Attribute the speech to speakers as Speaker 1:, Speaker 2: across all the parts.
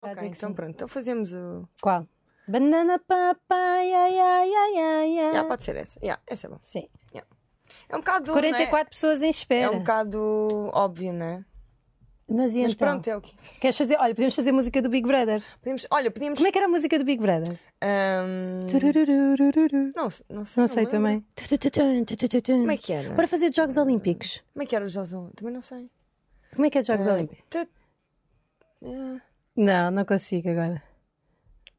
Speaker 1: Ok,
Speaker 2: dizer que
Speaker 1: então
Speaker 2: sim.
Speaker 1: pronto, então fazemos o.
Speaker 2: Qual? Banana papai, ai, ai, ai, ai, ai.
Speaker 1: Já, pode ser essa. Já, essa é boa.
Speaker 2: Sim.
Speaker 1: É um bocado.
Speaker 2: 44
Speaker 1: né?
Speaker 2: pessoas em
Speaker 1: É
Speaker 2: espera.
Speaker 1: um bocado óbvio, né?
Speaker 2: Mas e
Speaker 1: Mas
Speaker 2: então?
Speaker 1: pronto, é o que.
Speaker 2: Queres fazer? Olha, podemos fazer música do Big Brother.
Speaker 1: Podíamos, olha, podíamos.
Speaker 2: Como é que era a música do Big Brother?
Speaker 1: Ahm,
Speaker 2: Turururururu.
Speaker 1: Não, se- não sei.
Speaker 2: Não sei
Speaker 1: lembro.
Speaker 2: também.
Speaker 1: Como é que era?
Speaker 2: Para fazer de Jogos Olímpicos.
Speaker 1: Como é que era o Josu? Também não sei.
Speaker 2: Como é que é de Jogos
Speaker 1: Ah,
Speaker 2: Olímpicos?
Speaker 1: ta- ah,
Speaker 2: Não, não consigo agora.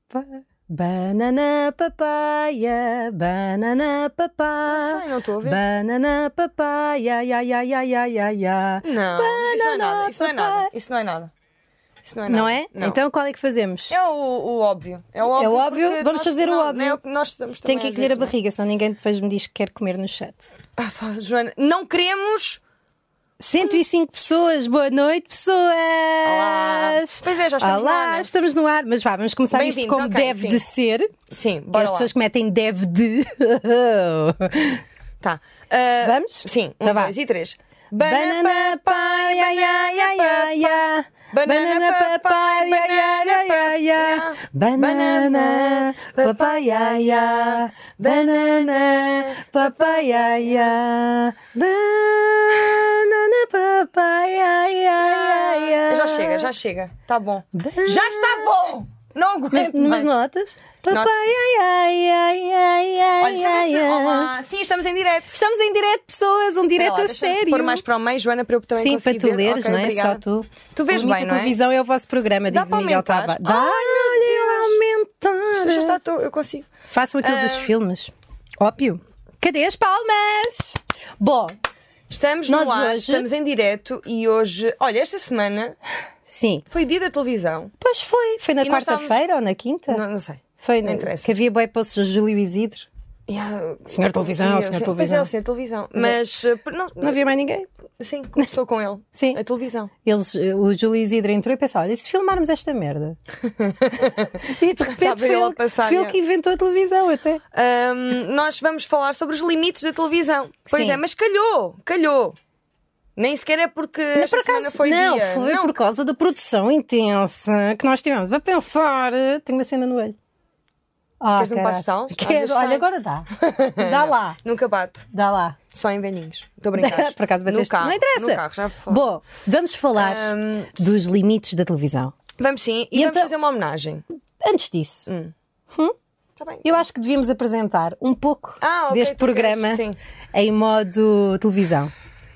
Speaker 2: Pa- Banana papaya, banana
Speaker 1: Não
Speaker 2: papá.
Speaker 1: sei, não estou a ver.
Speaker 2: Banana papaya, ya, ya, ya, ya, ya, ya.
Speaker 1: Não, isso não é nada. Isso não é nada.
Speaker 2: papai.
Speaker 1: Isso não é nada. Isso não é nada.
Speaker 2: Não é? Então qual é que fazemos?
Speaker 1: É o, o óbvio. É o
Speaker 2: É
Speaker 1: óbvio.
Speaker 2: o óbvio,
Speaker 1: porque
Speaker 2: vamos
Speaker 1: nós-
Speaker 2: fazer o
Speaker 1: não,
Speaker 2: óbvio.
Speaker 1: não É o que nós estamos
Speaker 2: Tenho
Speaker 1: também
Speaker 2: que
Speaker 1: às
Speaker 2: encolher a
Speaker 1: vezes,
Speaker 2: barriga, senão ninguém depois me diz que quer comer no chat.
Speaker 1: não é? Ah, pá, Joana, não queremos.
Speaker 2: 105 pessoas, boa noite,
Speaker 1: Olá.
Speaker 2: pessoas!
Speaker 1: Pois é, já estamos
Speaker 2: Olá,
Speaker 1: lá, né?
Speaker 2: estamos no ar, mas vá, vamos começar isto
Speaker 1: Bem-vindos,
Speaker 2: como
Speaker 1: ok,
Speaker 2: deve
Speaker 1: sim.
Speaker 2: de ser.
Speaker 1: Sim,
Speaker 2: E
Speaker 1: bora
Speaker 2: as
Speaker 1: lá.
Speaker 2: pessoas que metem deve de. Oh!
Speaker 1: Tá. Ah,
Speaker 2: Vamos?
Speaker 1: Sim, um,
Speaker 2: Então vá.
Speaker 1: dois e três.
Speaker 2: Banana pai, ai, ai, ai, ai, ai. Banana papai, ai, ai, ai, ai, ai. Banana papai, ai, ai. Banana papai, ai, ai. Banana papai, ai, ai, ai, ai.
Speaker 1: Já chega, já chega. Tá bom.
Speaker 2: Banana-
Speaker 1: Já está bom! Não aguento.
Speaker 2: Mas,
Speaker 1: mais.
Speaker 2: mas notas? Papai, ai, ai, ai, ai,
Speaker 1: Olha,
Speaker 2: ai,
Speaker 1: já
Speaker 2: ai,
Speaker 1: disse-
Speaker 2: ai.
Speaker 1: Olá. Sim, estamos em direto.
Speaker 2: Estamos em direto, pessoas, um direto
Speaker 1: Espera lá,
Speaker 2: a
Speaker 1: deixa-me
Speaker 2: sério.
Speaker 1: Pôr mais para o meio, Joana, para eu também
Speaker 2: Sim, para
Speaker 1: conseguir
Speaker 2: tu
Speaker 1: ver.
Speaker 2: leres,
Speaker 1: Ok,
Speaker 2: não é?
Speaker 1: obrigada.
Speaker 2: Só tu.
Speaker 1: Tu vês
Speaker 2: a única
Speaker 1: bem, não é?
Speaker 2: televisão é o vosso programa,
Speaker 1: Dá
Speaker 2: diz o
Speaker 1: para
Speaker 2: Miguel
Speaker 1: aumentar?
Speaker 2: Tavares.
Speaker 1: Ai,
Speaker 2: Dá, olha,
Speaker 1: Isto
Speaker 2: aumentar.
Speaker 1: Já está, tô- eu consigo.
Speaker 2: Façam aquilo dos
Speaker 1: Ah.
Speaker 2: filmes. Óbvio. Cadê as palmas? Bom,
Speaker 1: Estamos
Speaker 2: Nós
Speaker 1: no ar,
Speaker 2: hoje-
Speaker 1: estamos em direto e hoje, olha, esta semana
Speaker 2: sim.
Speaker 1: foi dia da televisão.
Speaker 2: Pois foi. Foi na
Speaker 1: E nós estávamos-
Speaker 2: quarta-feira ou na quinta?
Speaker 1: Não, não sei.
Speaker 2: Foi
Speaker 1: não
Speaker 2: na-
Speaker 1: interessa.
Speaker 2: que havia bem postos do Júlio Isidro.
Speaker 1: E há-
Speaker 2: Senhor televisão, senhor
Speaker 1: Sim, sim. Pois
Speaker 2: televisão.
Speaker 1: é, o senhor televisão. Mas eh, não,
Speaker 2: Não havia mais ninguém.
Speaker 1: sim, começou com ele.
Speaker 2: Sim.
Speaker 1: A televisão.
Speaker 2: Eles, eh, o Júlio Isidro entrou e pensou: olha, e se filmarmos esta merda? e de repente
Speaker 1: Estava
Speaker 2: foi
Speaker 1: ele a
Speaker 2: ele,
Speaker 1: passar,
Speaker 2: foi ele
Speaker 1: é.
Speaker 2: que inventou a televisão até.
Speaker 1: Ahm, nós vamos falar sobre os limites da televisão. Pois
Speaker 2: Sim.
Speaker 1: é, mas calhou, calhou. Nem sequer é porque esta
Speaker 2: por
Speaker 1: semana
Speaker 2: acaso,
Speaker 1: foi
Speaker 2: não,
Speaker 1: dia.
Speaker 2: foi por causa da produção intensa que nós tivemos a pensar. Tenho uma cena no olho. Ah,
Speaker 1: Queres um par de
Speaker 2: caraças.
Speaker 1: sals? Às
Speaker 2: Quero,
Speaker 1: vezes sai.
Speaker 2: olha, agora dá. Dá lá,
Speaker 1: Nunca bato,
Speaker 2: dá lá.
Speaker 1: só em velhinhos. Estou a brincar.
Speaker 2: Por acaso
Speaker 1: no
Speaker 2: bateste.
Speaker 1: carro,
Speaker 2: não interessa.
Speaker 1: No carro, já vou falar.
Speaker 2: Bom, vamos falar
Speaker 1: Ahm,
Speaker 2: dos limites da televisão.
Speaker 1: vamos sim, e,
Speaker 2: E
Speaker 1: vamos
Speaker 2: então-
Speaker 1: fazer uma homenagem.
Speaker 2: Antes
Speaker 1: hum.
Speaker 2: disso,
Speaker 1: Está bem?
Speaker 2: eu acho que devíamos apresentar um pouco
Speaker 1: Ah, ok,
Speaker 2: deste
Speaker 1: tu queres,
Speaker 2: programa
Speaker 1: sim.
Speaker 2: em modo televisão.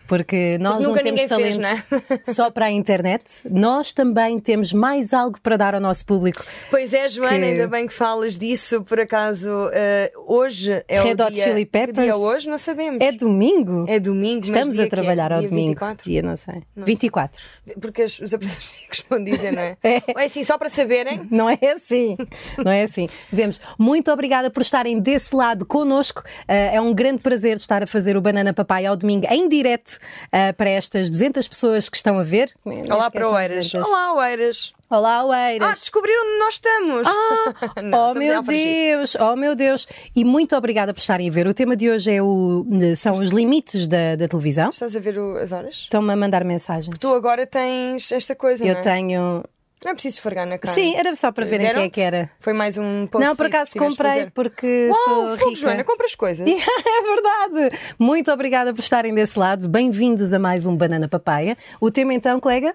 Speaker 2: Porque nós não
Speaker 1: nunca
Speaker 2: temos
Speaker 1: ninguém fez, né?
Speaker 2: talento só para a internet, nós também temos mais algo para dar ao nosso público.
Speaker 1: Pois é, Joana,
Speaker 2: que-
Speaker 1: ainda bem que falas disso. Por acaso, eh, hoje é
Speaker 2: Red
Speaker 1: o dia.
Speaker 2: Hot Chili
Speaker 1: Que dia é
Speaker 2: Peppers?
Speaker 1: hoje? Não sabemos.
Speaker 2: É domingo?
Speaker 1: É domingo, mas
Speaker 2: Estamos
Speaker 1: dia
Speaker 2: a
Speaker 1: que é?
Speaker 2: trabalhar ao
Speaker 1: Dia
Speaker 2: domingo.
Speaker 1: 24?
Speaker 2: Dia, não sei. 24.
Speaker 1: Porque as- os apresentadores costumam dizer, não é?
Speaker 2: É.
Speaker 1: Ou é assim, só para saberem.
Speaker 2: Não é assim, não é assim. Dizemos muito obrigada por estarem desse lado connosco. Eh, é um grande prazer estar a fazer o Banana Papai ao domingo em direto eh, para estas 200 pessoas que estão a ver. Nem- nem
Speaker 1: Olá
Speaker 2: sequer
Speaker 1: para
Speaker 2: são
Speaker 1: Oeiras.
Speaker 2: 200.
Speaker 1: Olá, Oeiras.
Speaker 2: Olá,
Speaker 1: Ah,
Speaker 2: Oeiras.
Speaker 1: descobriram onde nós estamos. Ah,
Speaker 2: oh meu Deus, oh meu Deus. E muito obrigada por estarem a ver. O tema de hoje é o, são os limites da, da televisão.
Speaker 1: Estás a ver o- as horas?
Speaker 2: Estão-me a mandar mensagem.
Speaker 1: Tu agora tens esta coisa, não
Speaker 2: Eu
Speaker 1: é?
Speaker 2: tenho.
Speaker 1: Não é preciso fargar na cara.
Speaker 2: Sim, era só para verem quem é
Speaker 1: Deram-te?
Speaker 2: que era.
Speaker 1: Foi mais um post
Speaker 2: Não, por acaso comprei porque
Speaker 1: Uau,
Speaker 2: sou
Speaker 1: fogo,
Speaker 2: rica.
Speaker 1: Joana, compras coisas.
Speaker 2: É verdade! Muito obrigada por estarem desse lado. Bem-vindos a mais um Banana Papaya. O tema então, colega?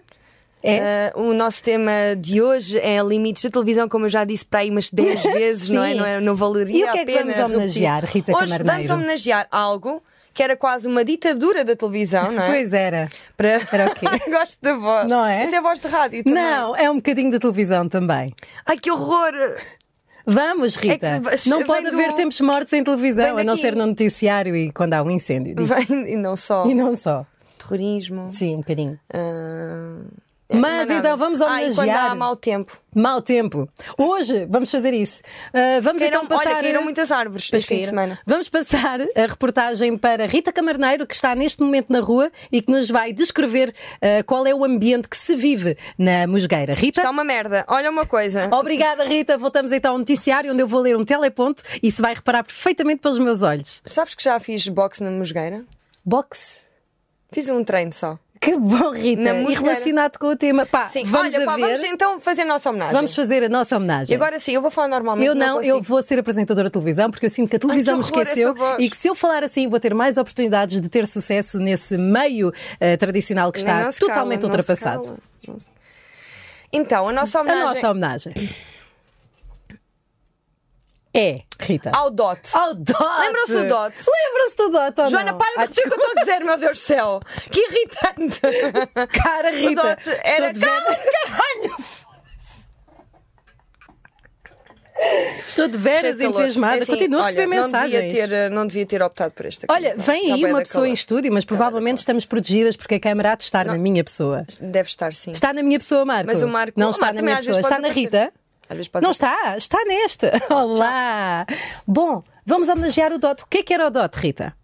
Speaker 2: É.
Speaker 1: Ah, o nosso tema de hoje é limites da televisão, como eu já disse para aí umas 10 vezes, não é?
Speaker 2: Sim.
Speaker 1: Não, é? não valeria
Speaker 2: E o que é que
Speaker 1: a pena.
Speaker 2: vamos
Speaker 1: repetir.
Speaker 2: homenagear, Rita
Speaker 1: Hoje vamos
Speaker 2: Camarneiro?
Speaker 1: homenagear algo que era quase uma ditadura da televisão, não é?
Speaker 2: Pois era.
Speaker 1: Para...
Speaker 2: Era o quê?
Speaker 1: Gosto da voz.
Speaker 2: Não é?
Speaker 1: Isso é voz de rádio também.
Speaker 2: Não, é um bocadinho de televisão também.
Speaker 1: Ai que horror!
Speaker 2: Vamos, Rita.
Speaker 1: É que se-
Speaker 2: não
Speaker 1: vem
Speaker 2: pode
Speaker 1: do-
Speaker 2: haver tempos mortos em
Speaker 1: Vem
Speaker 2: televisão, a não
Speaker 1: daqui.
Speaker 2: ser no noticiário e quando há um incêndio. digo.
Speaker 1: Vem, e não só.
Speaker 2: E não só.
Speaker 1: Terrorismo.
Speaker 2: Sim, um bocadinho.
Speaker 1: ah,
Speaker 2: Mas
Speaker 1: nada.
Speaker 2: então vamos Então,
Speaker 1: Ah, e quando
Speaker 2: homenagear.
Speaker 1: há mau tempo.
Speaker 2: Mau tempo. Hoje vamos fazer isso. Ah, vamos
Speaker 1: Caíram,
Speaker 2: então passar.
Speaker 1: Olha, caíram muitas árvores
Speaker 2: Pois
Speaker 1: este fim de
Speaker 2: caíram.
Speaker 1: semana.
Speaker 2: Vamos passar a reportagem para Rita Camarneiro, que está neste momento na rua e que nos vai descrever ah, qual é o ambiente que se vive na Mosgueira. Rita?
Speaker 1: Está uma merda. Olha uma coisa.
Speaker 2: Obrigada, Rita. Voltamos então ao noticiário, onde eu vou ler um teleponto e se vai reparar perfeitamente pelos meus olhes.
Speaker 1: Sabes que já fiz boxe na Mosgueira?
Speaker 2: Boxe?
Speaker 1: Fiz um treino só.
Speaker 2: Que bom, Rita.
Speaker 1: Na
Speaker 2: e
Speaker 1: música
Speaker 2: relacionado com o tema. Pá,
Speaker 1: Sim,
Speaker 2: vamos
Speaker 1: olha,
Speaker 2: a
Speaker 1: pá,
Speaker 2: ver.
Speaker 1: vamos então fazer a nossa homenagem.
Speaker 2: Vamos fazer a nossa homenagem.
Speaker 1: E agora sim, eu vou falar normalmente.
Speaker 2: Eu não, eu
Speaker 1: consigo.
Speaker 2: vou ser apresentadora de televisão porque eu sinto que a televisão me
Speaker 1: que horror
Speaker 2: esqueceu
Speaker 1: essa voz.
Speaker 2: e que se eu falar assim vou ter mais oportunidades de ter sucesso nesse meio eh, tradicional que está
Speaker 1: Não se cala,
Speaker 2: totalmente
Speaker 1: não se
Speaker 2: ultrapassado.
Speaker 1: cala, não se- Então, a nossa
Speaker 2: A
Speaker 1: homenagem
Speaker 2: nossa homenagem é, Rita.
Speaker 1: ao Dot.
Speaker 2: Ao Dot!
Speaker 1: Lembram-se do Dot?
Speaker 2: Lembram-se do Dot, ou
Speaker 1: Joana,
Speaker 2: não?
Speaker 1: para de dizer o que eu estou a dizer, meu Deus do céu! Que irritante!
Speaker 2: Cara,
Speaker 1: O
Speaker 2: Rita!
Speaker 1: Dot era.
Speaker 2: estou, de ver-
Speaker 1: Cala-te, caralho!
Speaker 2: estou de veras
Speaker 1: Cheio de calor.
Speaker 2: entusiasmada.
Speaker 1: É assim,
Speaker 2: Continua a receber
Speaker 1: olha,
Speaker 2: mensagens.
Speaker 1: Não devia, ter, eh, não devia ter optado por esta
Speaker 2: Olha,
Speaker 1: camisola.
Speaker 2: vem
Speaker 1: Tá
Speaker 2: aí
Speaker 1: bué
Speaker 2: uma
Speaker 1: da
Speaker 2: pessoa em
Speaker 1: calor.
Speaker 2: estúdio, mas provavelmente estamos protegidas porque a câmera há de estar na minha pessoa.
Speaker 1: Deve estar sim.
Speaker 2: Está na minha pessoa, Marco.
Speaker 1: Mas o Marco-
Speaker 2: não
Speaker 1: o
Speaker 2: está
Speaker 1: Marco
Speaker 2: na minha
Speaker 1: também às
Speaker 2: pessoa,
Speaker 1: vezes
Speaker 2: está
Speaker 1: pode
Speaker 2: na Rita.
Speaker 1: Às vezes pode
Speaker 2: Não está, está nesta. Olá. Bom, vamos homenagear o Dot. O que é que era o Dot, Rita?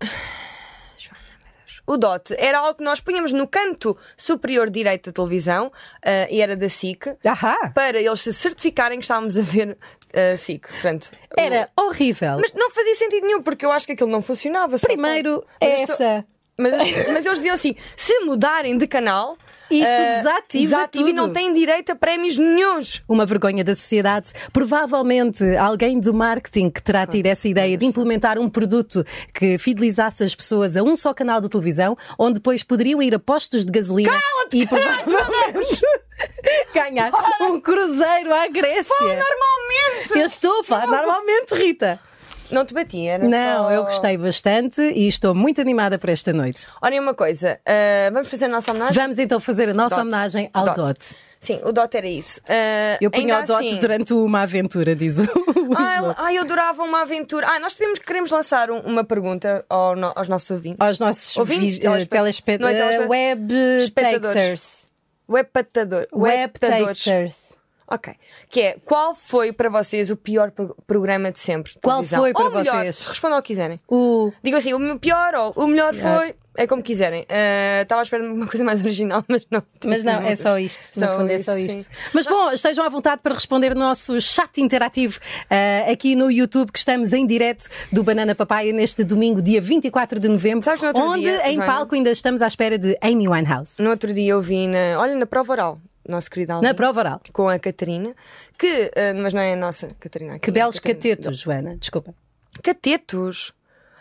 Speaker 1: O DOT era algo que nós punhamos no canto superior direito da televisão eh, e era da SIC
Speaker 2: Ahá.
Speaker 1: para eles se certificarem que estávamos a ver eh, SIC. Portanto, o-
Speaker 2: Era horrível.
Speaker 1: Mas não fazia sentido nenhum porque eu acho que aquilo não funcionava. só
Speaker 2: Primeiro,
Speaker 1: com- Mas eu estou-
Speaker 2: essa.
Speaker 1: Mas, eles- mas eles diziam assim: se mudarem de canal.
Speaker 2: Isto
Speaker 1: eh,
Speaker 2: desativa
Speaker 1: desativa
Speaker 2: tudo.
Speaker 1: e não têm direito a prémios nenhuns.
Speaker 2: Uma vergonha da sociedade. Provavelmente alguém do marketing que terá tido essa ideia de implementar um produto que fidelizasse as pessoas a um só canal de televisão, onde depois poderiam ir a postos de gasolina e provavelmente ganhar um cruzeiro à Grécia.
Speaker 1: Normalmente!
Speaker 2: Eu estou a falar normalmente, Rita.
Speaker 1: Não te bati, era
Speaker 2: Não,
Speaker 1: É só-
Speaker 2: eu gostei bastante e estou muito animada para esta noite.
Speaker 1: Olhem uma coisa, eh, vamos fazer a nossa homenagem?
Speaker 2: Vamos então fazer a nossa
Speaker 1: Dot.
Speaker 2: homenagem ao Dot.
Speaker 1: Sim, o Dot era isso. Eh,
Speaker 2: Eu ponho
Speaker 1: ainda
Speaker 2: ao Dot
Speaker 1: assim-
Speaker 2: durante um uma aventura, diz o.
Speaker 1: Ah, eu- ah, eu adorava uma aventura. Ah, nós queremos, queremos lançar um- uma pergunta ao no- aos nossos ouvintes.
Speaker 2: Aos nossos
Speaker 1: Ouvintes,
Speaker 2: vi- eh,
Speaker 1: telespe-
Speaker 2: telespe-
Speaker 1: não é telespe-
Speaker 2: eh, web
Speaker 1: espectadores.
Speaker 2: spectators.
Speaker 1: Webpatador.
Speaker 2: Web
Speaker 1: webpatadores.
Speaker 2: spectators.
Speaker 1: Ok. Que é, qual foi para vocês o pior pro- programa de sempre? de
Speaker 2: Qual
Speaker 1: televisão?
Speaker 2: foi para
Speaker 1: Ou melhor,
Speaker 2: vocês?
Speaker 1: Respondam ao que quiserem.
Speaker 2: O
Speaker 1: Digam assim, o meu pior ou o melhor
Speaker 2: Melhor.
Speaker 1: foi. É como quiserem. Eh, Estava à espera de uma coisa mais original, mas não.
Speaker 2: Mas não, é só isto. No
Speaker 1: Só
Speaker 2: fundo, é
Speaker 1: isso,
Speaker 2: só
Speaker 1: sim.
Speaker 2: isto. Mas bom, estejam à vontade para responder o nosso chat interativo ah, aqui no YouTube, que estamos em direto do Banana Papaya neste domingo, dia 24 de novembro,
Speaker 1: Sabes, no outro
Speaker 2: onde
Speaker 1: dia,
Speaker 2: em
Speaker 1: Joana?
Speaker 2: palco ainda estamos à espera de Amy Winehouse.
Speaker 1: No outro dia eu vi na. Olha, na prova oral, nosso querido Alvin,
Speaker 2: Na prova oral.
Speaker 1: com a Catarina, que. eh, mas não é a nossa Catarina.
Speaker 2: Que belos
Speaker 1: catetos.
Speaker 2: catetos, Joana. Desculpa.
Speaker 1: Catetos?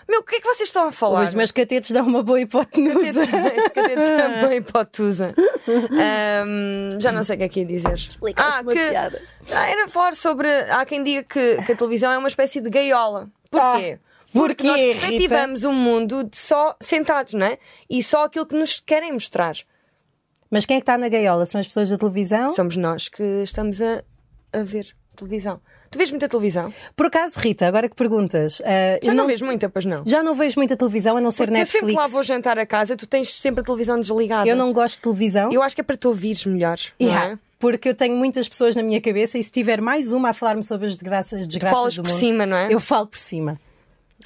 Speaker 1: Meu, o que é que vocês estão a falar?
Speaker 2: Os meus catetos dão uma boa
Speaker 1: Catetos
Speaker 2: hipotenusa.
Speaker 1: também- catetos também hipotusa. Ahm, já não sei o que é que ia dizer.
Speaker 2: Explicaste uma piada.
Speaker 1: Ah, era falar sobre. Há quem diga que, que a televisão é uma espécie de gaiola.
Speaker 2: Tá.
Speaker 1: Porquê?
Speaker 2: Porque
Speaker 1: Nós perspectivamos um mundo de só sentados, não é? E só aquilo que nos querem mostrar.
Speaker 2: Mas quem é que está na gaiola? São as pessoas da televisão?
Speaker 1: Somos nós que estamos a, a ver televisão. Tu vês muita televisão?
Speaker 2: Por acaso, Rita, agora que perguntas, ah,
Speaker 1: Já
Speaker 2: eu
Speaker 1: não,
Speaker 2: não-
Speaker 1: vês muita, pois não?
Speaker 2: já não vejo muita televisão a não ser
Speaker 1: Porque eu sempre lá
Speaker 2: Netflix.
Speaker 1: vou jantar a casa, tu tens sempre a televisão desligada.
Speaker 2: Eu não gosto de televisão.
Speaker 1: Eu acho que é para tu ouvires melhor. não
Speaker 2: Yeah,
Speaker 1: é?
Speaker 2: Porque eu tenho muitas pessoas na minha cabeça e se tiver mais uma a falar-me sobre as desgraças, as desgraças
Speaker 1: falas
Speaker 2: do
Speaker 1: por
Speaker 2: mundo,
Speaker 1: cima, não é?
Speaker 2: Eu falo por cima.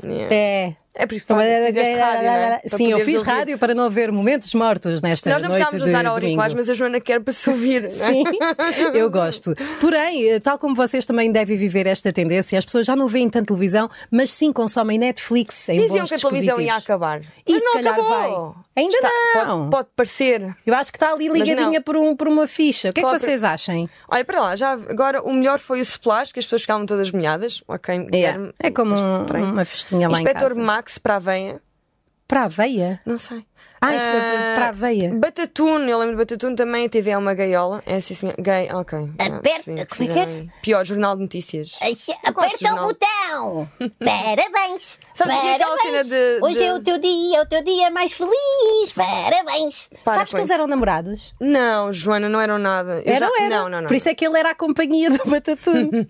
Speaker 1: Yeah.
Speaker 2: É.
Speaker 1: É por isso que faz- fizeste rádio, não é? Para
Speaker 2: Sim, eu
Speaker 1: poderes
Speaker 2: fiz
Speaker 1: ouvir-te.
Speaker 2: rádio para não haver momentos mortos nesta
Speaker 1: Nós não
Speaker 2: noite
Speaker 1: precisávamos
Speaker 2: de
Speaker 1: usar auriculares,
Speaker 2: domingo.
Speaker 1: mas a Joana quer para se ouvir. não é?
Speaker 2: Sim, eu gosto. Porém, eh, tal como vocês também devem viver esta tendência, as pessoas já não veem tanto televisão, mas sim consomem Netflix em
Speaker 1: Diziam
Speaker 2: bons
Speaker 1: que a televisão ia
Speaker 2: dispositivos.
Speaker 1: acabar.
Speaker 2: E
Speaker 1: mas
Speaker 2: se
Speaker 1: não
Speaker 2: calhar
Speaker 1: acabou.
Speaker 2: vai. Ainda não.
Speaker 1: Pode, pode parecer.
Speaker 2: Eu acho que está ali ligadinha
Speaker 1: não.
Speaker 2: por, um, por uma ficha. O que é
Speaker 1: Claro,
Speaker 2: que vocês acham?
Speaker 1: Olha, para lá, já agora o melhor foi o splash, que as pessoas ficavam todas molhadas. Ok, Guilherme.
Speaker 2: É como um-
Speaker 1: estranho.
Speaker 2: uma festinha lá em
Speaker 1: Inspetor
Speaker 2: casa.
Speaker 1: Max para a veia.
Speaker 2: Para a aveia?
Speaker 1: Não sei.
Speaker 2: Ah, isto é
Speaker 1: Ah,
Speaker 2: para a veia.
Speaker 1: Batatune, eu lembro de Batatune também. A TV é uma gaiola. É assim, senhor. Gay, ok. Já
Speaker 3: Aperta-
Speaker 1: percebi
Speaker 3: como é que é?
Speaker 1: fizeram. Pior, Jornal de Notícias.
Speaker 3: Acha-
Speaker 1: Eu gosto de
Speaker 3: Aperta o
Speaker 1: jornal.
Speaker 3: botão! Parabéns!
Speaker 1: Sabes o que é aquela
Speaker 3: Parabéns!
Speaker 1: cena de-
Speaker 3: Hoje
Speaker 1: de-
Speaker 3: é o teu dia, é o teu dia mais feliz! Parabéns!
Speaker 1: Para
Speaker 2: Sabes que
Speaker 1: com
Speaker 2: eles
Speaker 1: isso.
Speaker 2: eram namorados?
Speaker 1: Não, Joana, não eram nada. Eu
Speaker 2: Era
Speaker 1: já-
Speaker 2: ou era?
Speaker 1: Não, não, não.
Speaker 2: Por isso é que ele era a companhia do Batatune.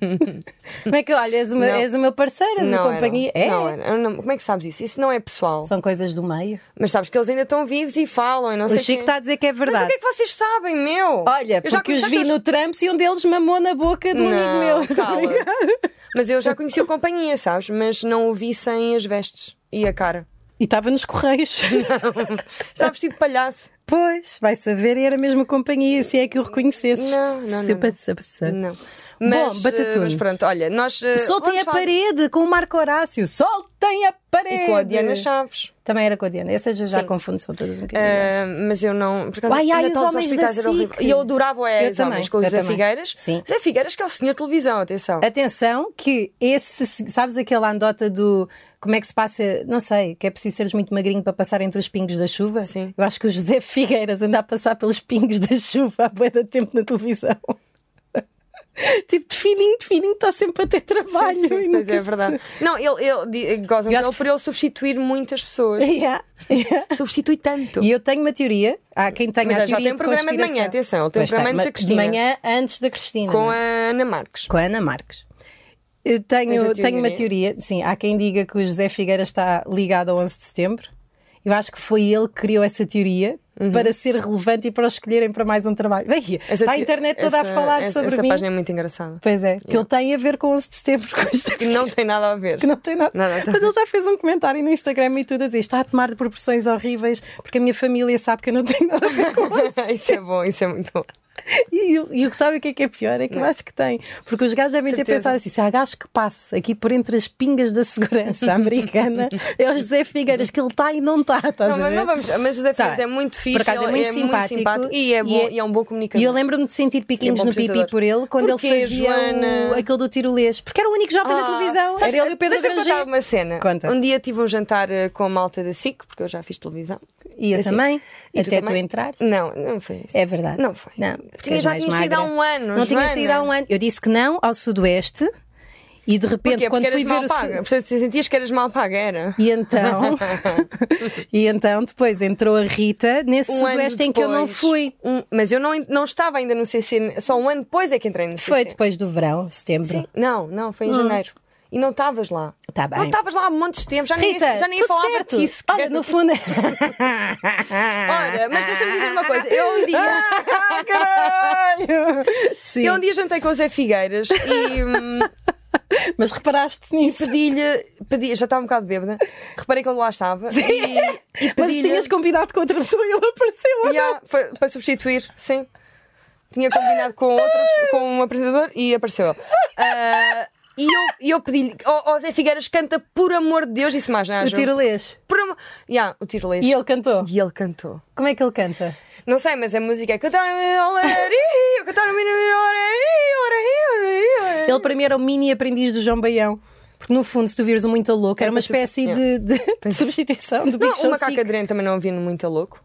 Speaker 2: Como é que olha? És o meu,
Speaker 1: Não.
Speaker 2: és o meu parceiro, és
Speaker 1: não
Speaker 2: a companhia.
Speaker 1: Eram.
Speaker 2: É?
Speaker 1: Não eram. Eu não- Como é que sabes isso? Isso não é pessoal.
Speaker 2: São coisas do meio.
Speaker 1: Mas sabes que eles ainda estão vivos e falam. e não
Speaker 2: o
Speaker 1: sei
Speaker 2: Chico
Speaker 1: quem.
Speaker 2: está a dizer que é
Speaker 1: Mas o
Speaker 2: verdade.
Speaker 1: que é que vocês sabem, meu?
Speaker 2: Olha,
Speaker 1: Eu já
Speaker 2: porque os
Speaker 1: conheci-
Speaker 2: vi no Trumps e um deles mamou na boca de um amigo
Speaker 1: Não,
Speaker 2: meu.
Speaker 1: cala Mas eu já conheci a companhia, sabes? Mas não o vi sem as vestes e a cara.
Speaker 2: E estava nos correios.
Speaker 1: Está vestido de palhaço.
Speaker 2: Pois, vai saber, era a mesma companhia, se é que o reconhecesse.
Speaker 1: Não, não,
Speaker 2: se
Speaker 1: não,
Speaker 2: passa- passa.
Speaker 1: Não. Mas, eh,
Speaker 2: Tá. Batatune.
Speaker 1: mas pronto, olha, nós. eh,
Speaker 2: Soltem
Speaker 1: vamos
Speaker 2: a
Speaker 1: falar-
Speaker 2: parede com o Marco Horácio. Soltem a parede.
Speaker 1: E com a Diana Chaves.
Speaker 2: Também era com a Diana. Essas eu já
Speaker 1: Sim.
Speaker 2: confundo, são todas um bocadinho. iguais.
Speaker 1: Eh, mas eu não. Por causa
Speaker 2: Ai, ai,
Speaker 1: Natal
Speaker 2: os
Speaker 1: dos
Speaker 2: homens da
Speaker 1: hospitais era
Speaker 2: SIC.
Speaker 1: horrível. E eu adorava o
Speaker 2: Eu
Speaker 1: é os
Speaker 2: também,
Speaker 1: homens com o
Speaker 2: eu
Speaker 1: Zé
Speaker 2: também.
Speaker 1: Figueiras.
Speaker 2: Sim. É
Speaker 1: Zé Figueiras, que é o senhor televisão, atenção.
Speaker 2: Atenção, que esse, sabes aquela anedota do como é que se passa, não sei, que é preciso seres muito magrinho para passar entre os pingos da chuva?
Speaker 1: Sim.
Speaker 2: Eu acho que o José Figueiras anda a passar pelos pingos da chuva há bué de tempo na televisão. tipo, de fininho, de fininho, está sempre a ter trabalho.
Speaker 1: Sim, sim,
Speaker 2: e
Speaker 1: pois
Speaker 2: nunca
Speaker 1: é
Speaker 2: se-
Speaker 1: verdade. Não, ele, ele di- gozam
Speaker 2: Eu acho
Speaker 1: dele por ele substituir muitas pessoas.
Speaker 2: Yeah, yeah.
Speaker 1: Substitui tanto.
Speaker 2: E eu tenho uma teoria. Há quem tenha
Speaker 1: Mas
Speaker 2: a
Speaker 1: ele já
Speaker 2: teoria
Speaker 1: tem um programa de manhã,
Speaker 2: conspiração.
Speaker 1: atenção, ele tem um
Speaker 2: Pois
Speaker 1: programa
Speaker 2: tem,
Speaker 1: antes da
Speaker 2: mas
Speaker 1: Cristina.
Speaker 2: De manhã antes da Cristina.
Speaker 1: Com
Speaker 2: não
Speaker 1: a
Speaker 2: é?
Speaker 1: Ana Marques.
Speaker 2: com a Ana Marques. Eu tenho,
Speaker 1: Tens a teoria,
Speaker 2: tenho uma
Speaker 1: né?
Speaker 2: teoria, sim, há quem diga que o José Figueira está ligado ao 11 de setembro. Eu acho que foi ele que criou essa teoria para ser relevante e para os escolherem para mais um trabalho. Bem, está a
Speaker 1: te-
Speaker 2: internet toda
Speaker 1: Uhum. essa-
Speaker 2: a falar
Speaker 1: essa-
Speaker 2: sobre
Speaker 1: Essa
Speaker 2: mim.
Speaker 1: página é muito engraçada.
Speaker 2: Pois é, que ele tem a ver com o 11 de setembro, com isto
Speaker 1: Que não tem nada a ver.
Speaker 2: que não tem nada.
Speaker 1: Nada, tá
Speaker 2: Mas ele já fez um comentário no Instagram e tudo a dizer: está a tomar de proporções horríveis porque a minha família sabe que eu não tenho nada a ver com isso.
Speaker 1: isso é bom, isso é muito bom.
Speaker 2: E, o- e o que sabe o que é que é pior? É que eu acho que tem. Porque os gajos devem ter
Speaker 1: Certeza.
Speaker 2: pensado assim: se há gajo que passe aqui por entre as pingas da segurança americana, é o José Figueiras, que ele está e não está. Estás
Speaker 1: Não,
Speaker 2: a
Speaker 1: mas
Speaker 2: ver?
Speaker 1: não vamos. Mas o Zé
Speaker 2: Tá.
Speaker 1: Figueiras é muito fixe,
Speaker 2: Por acaso é
Speaker 1: ele
Speaker 2: muito simpático
Speaker 1: e é, bom, e é... um bom comunicador.
Speaker 2: E eu lembro-me de sentir piquinhos
Speaker 1: E é bom
Speaker 2: no pipi
Speaker 1: apresentador.
Speaker 2: por ele quando ele
Speaker 1: Porquê,
Speaker 2: fazia
Speaker 1: Joana?
Speaker 2: o, aquele do tirolês. Porque era o único jovem da
Speaker 1: Ah,
Speaker 2: televisão.
Speaker 1: sabes,
Speaker 2: era ele e o Pedro
Speaker 1: Deixa-me contar
Speaker 2: Granger.
Speaker 1: uma cena.
Speaker 2: Conta.
Speaker 1: Um dia tive um jantar eh, com a malta da SIC, porque eu já fiz televisão.
Speaker 2: E eu
Speaker 1: Assim.
Speaker 2: também,
Speaker 1: E tu
Speaker 2: até tu
Speaker 1: também?
Speaker 2: entrar.
Speaker 1: Não, não foi isso.
Speaker 2: É verdade.
Speaker 1: Não foi.
Speaker 2: Não,
Speaker 1: Tinha-
Speaker 2: porque és
Speaker 1: já
Speaker 2: mais
Speaker 1: tinha saído há
Speaker 2: magra.
Speaker 1: um ano,
Speaker 2: Não tinha
Speaker 1: Joana.
Speaker 2: saído há um ano. Eu disse que não ao Sudoeste e de repente,
Speaker 1: Porquê?
Speaker 2: quando
Speaker 1: porque
Speaker 2: fui
Speaker 1: eras mal
Speaker 2: ver o. Su-
Speaker 1: paga. Portanto, sentias que eras mal paga, era.
Speaker 2: E então, e então depois entrou a Rita nesse
Speaker 1: Um ano
Speaker 2: sudoeste em que eu não
Speaker 1: depois.
Speaker 2: fui.
Speaker 1: Um- mas eu não, en- não estava ainda no CC, só um ano depois é que entrei no CC.
Speaker 2: Foi depois do verão, setembro.
Speaker 1: Sim, não, não, foi em janeiro. E não estavas lá.
Speaker 2: Tá bem.
Speaker 1: Não estavas lá há montes de tempo, já nem,
Speaker 2: Rita,
Speaker 1: já nem
Speaker 2: tudo
Speaker 1: falava
Speaker 2: certo.
Speaker 1: disso. sequer.
Speaker 2: Olha, no fundo. é-
Speaker 1: Ora, mas deixa-me dizer uma coisa. Eu um dia.
Speaker 2: Caralho! Sim,
Speaker 1: Eu um dia jantei com o Zé Figueiras e hum,
Speaker 2: mas reparaste nisso.
Speaker 1: pedi-lhe, pedi, já estava um bocado bêbada, reparei que ele lá estava e, e
Speaker 2: Mas
Speaker 1: pedi-lhe
Speaker 2: tinhas combinado com outra pessoa e ele apareceu.
Speaker 1: e, ah, foi para substituir, sim. Tinha combinado com outra, com um apresentador e apareceu ele. Ah, e eu, e eu pedi-lhe, ó ó Zé Figueiras, canta por amor de Deus, disse mais, não é?
Speaker 2: O
Speaker 1: Ju?
Speaker 2: tirolês.
Speaker 1: Por amor. Yeah, o tirolês.
Speaker 2: E ele cantou.
Speaker 1: E ele cantou.
Speaker 2: Como é que ele canta?
Speaker 1: Não sei, mas a música é cantar eu cantar
Speaker 2: Ele para mim era o mini aprendiz do João Baião. Porque no fundo, se tu vires É, o Muito Louco, era uma espécie de, de substituição do Big
Speaker 1: Não, o
Speaker 2: Show
Speaker 1: macaco
Speaker 2: Sick.
Speaker 1: aderente também não ouvi no muito louco.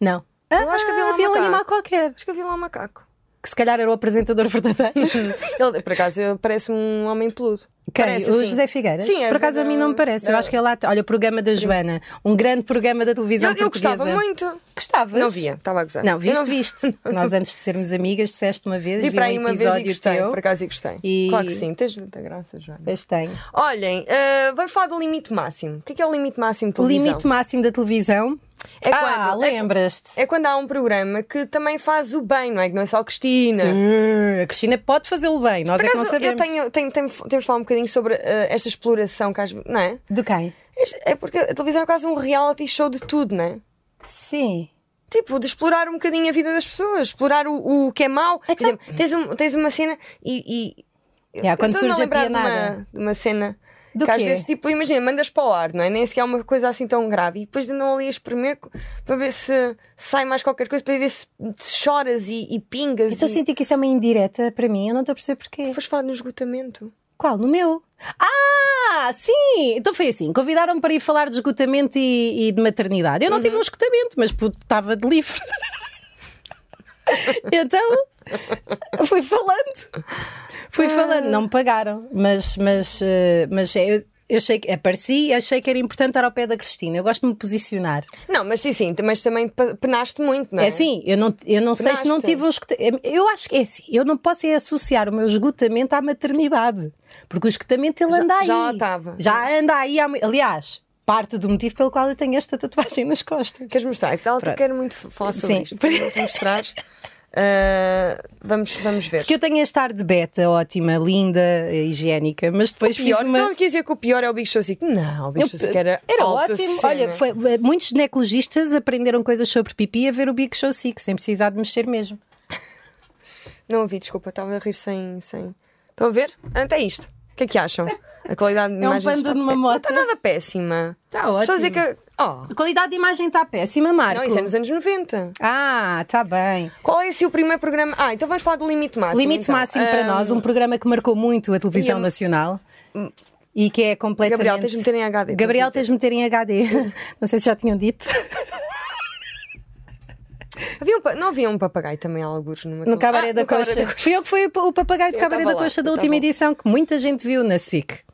Speaker 2: Não.
Speaker 1: Eu acho que havia lá um
Speaker 2: um
Speaker 1: macaco.
Speaker 2: animal qualquer.
Speaker 1: Acho que havia lá um macaco.
Speaker 2: Que se calhar era o apresentador verdadeiro.
Speaker 1: Ele, por acaso, ele parece um homem peludo.
Speaker 2: Quem?
Speaker 1: Parece,
Speaker 2: o
Speaker 1: sim.
Speaker 2: José Figueiras?
Speaker 1: Sim, é
Speaker 2: Por acaso a
Speaker 1: da-
Speaker 2: mim não me parece. Eu
Speaker 1: da-
Speaker 2: acho que ele lá. Olha, o programa da Joana. Um grande programa da televisão
Speaker 1: Eu, eu
Speaker 2: portuguesa.
Speaker 1: gostava muito.
Speaker 2: Gostavas?
Speaker 1: Não via, estava a gozar.
Speaker 2: é. Não,
Speaker 1: Eu
Speaker 2: viste, viste. Nós antes de sermos amigas, disseste uma vez.
Speaker 1: Vi para aí
Speaker 2: um
Speaker 1: uma vez e
Speaker 2: episódio
Speaker 1: gostei.
Speaker 2: teu.
Speaker 1: Por acaso, e gostei.
Speaker 2: E-
Speaker 1: Claro que sim, tens muita graça, Joana.
Speaker 2: Pois tem.
Speaker 1: Olhem, ah, vamos falar do limite máximo. O que é, que é o limite máximo de
Speaker 2: O
Speaker 1: televisão?
Speaker 2: limite máximo da televisão.
Speaker 1: É
Speaker 2: ah,
Speaker 1: quando- é-
Speaker 2: lembras-te?
Speaker 1: É quando há um programa que também faz o bem, não é? Que não é só a Cristina.
Speaker 2: Sim, a Cristina pode fazê-lo bem. Nós é que não
Speaker 1: Né? Por acaso, eu
Speaker 2: sabemos.
Speaker 1: tenho, tenho, tenho- temos de falar um bocadinho sobre eh, esta exploração que às vezes. Não é?
Speaker 2: Do quem?
Speaker 1: Este- É porque a televisão é quase um reality show de tudo, não é?
Speaker 2: Sim.
Speaker 1: Tipo, de explorar um bocadinho a vida das pessoas, explorar o, o que é mau. Por
Speaker 2: Então-
Speaker 1: exemplo, tens, um- tens uma cena e. e
Speaker 2: Yeah, É, quando
Speaker 1: Estou-me
Speaker 2: surge a
Speaker 1: lembrar de
Speaker 2: pianada.
Speaker 1: uma, de uma cena.
Speaker 2: Do
Speaker 1: que às
Speaker 2: quê?
Speaker 1: vezes, tipo, imagina, mandas para o ar, não é? Nem sequer é uma coisa assim tão grave. E depois andam ali a espremer co- para ver se sai mais qualquer coisa, para ver se se choras e, e pingas.
Speaker 2: Eu Estou a
Speaker 1: e-
Speaker 2: sentir que isso é uma indireta para mim. Eu não estou a perceber porquê.
Speaker 1: Foste falar no esgotamento.
Speaker 2: Qual? No meu? Ah, sim! Então foi assim: convidaram-me para ir falar de esgotamento e, e de maternidade. Eu não tive um esgotamento, mas puto, estava de livre. então fui falando. Fui falando, não me pagaram, mas, mas, eh, mas é, eu, eu achei que apareci e achei que era importante estar ao pé da Cristina. Eu gosto de me posicionar.
Speaker 1: Não, mas sim, sim, mas também pe- penaste muito, não é?
Speaker 2: É assim, eu não, eu não sei se não
Speaker 1: Penaste.
Speaker 2: tive um esgotamento. Eu acho que é assim, eu não posso é associar o meu esgotamento à maternidade. Porque o esgotamento ele
Speaker 1: Já-
Speaker 2: anda aí.
Speaker 1: já lá estava.
Speaker 2: Já anda aí. há mu- Aliás, parte do motivo pelo qual eu tenho esta tatuagem nas costas.
Speaker 1: Queres mostrar? Tal, te
Speaker 2: Pronto.
Speaker 1: quero muito f- falar sobre
Speaker 2: Sim.
Speaker 1: isto. Quero muito mostrar. Ah, vamos, vamos ver.
Speaker 2: Porque eu tenho a estar de beta, ótima, linda, eh, higiênica, mas depois
Speaker 1: pior,
Speaker 2: fiz uma.
Speaker 1: não quis dizer que o pior é o Big Show Sick. Não, o Big
Speaker 2: Eu-
Speaker 1: Show Sick era,
Speaker 2: era
Speaker 1: alta
Speaker 2: ótimo.
Speaker 1: cena.
Speaker 2: Olha, foi, eh, muitos ginecologistas aprenderam coisas sobre pipi a ver o Big Show 6, sem precisar de mexer mesmo.
Speaker 1: Não ouvi, desculpa, estava a rir sem. sem... Estão a ver? Até isto. O que é que acham? A qualidade de
Speaker 2: É um
Speaker 1: imagem
Speaker 2: bando
Speaker 1: está...
Speaker 2: numa
Speaker 1: pé-
Speaker 2: moto.
Speaker 1: Não está nada péssima.
Speaker 2: Está ótimo.
Speaker 1: Só dizer que. Oh,
Speaker 2: A qualidade de imagem está péssima, Marco.
Speaker 1: não, isso é nos anos 90.
Speaker 2: Ah, está bem.
Speaker 1: Qual é assim o primeiro programa? Ah, então vamos falar do limite máximo.
Speaker 2: Limite
Speaker 1: então.
Speaker 2: Máximo para
Speaker 1: Ah,
Speaker 2: nós, um programa que marcou muito a televisão
Speaker 1: e a- hum,
Speaker 2: nacional e que é completamente.
Speaker 1: Gabriel, tens de meter em HD.
Speaker 2: Gabriel,
Speaker 1: tenho
Speaker 2: tens de meter em HD. Não sei se já tinham dito.
Speaker 1: que dizer. Havia um pa- Não havia um papagaio também, há alguns numa.
Speaker 2: No Cabaré
Speaker 1: Ah,
Speaker 2: da
Speaker 1: no Cabaré
Speaker 2: Coxa. Fui eu que fui o papagaio
Speaker 1: Sim,
Speaker 2: de
Speaker 1: eu
Speaker 2: Cabaré
Speaker 1: tava
Speaker 2: da
Speaker 1: lá,
Speaker 2: Coxa da
Speaker 1: eu
Speaker 2: última
Speaker 1: tava lá.
Speaker 2: edição que muita gente viu na SIC.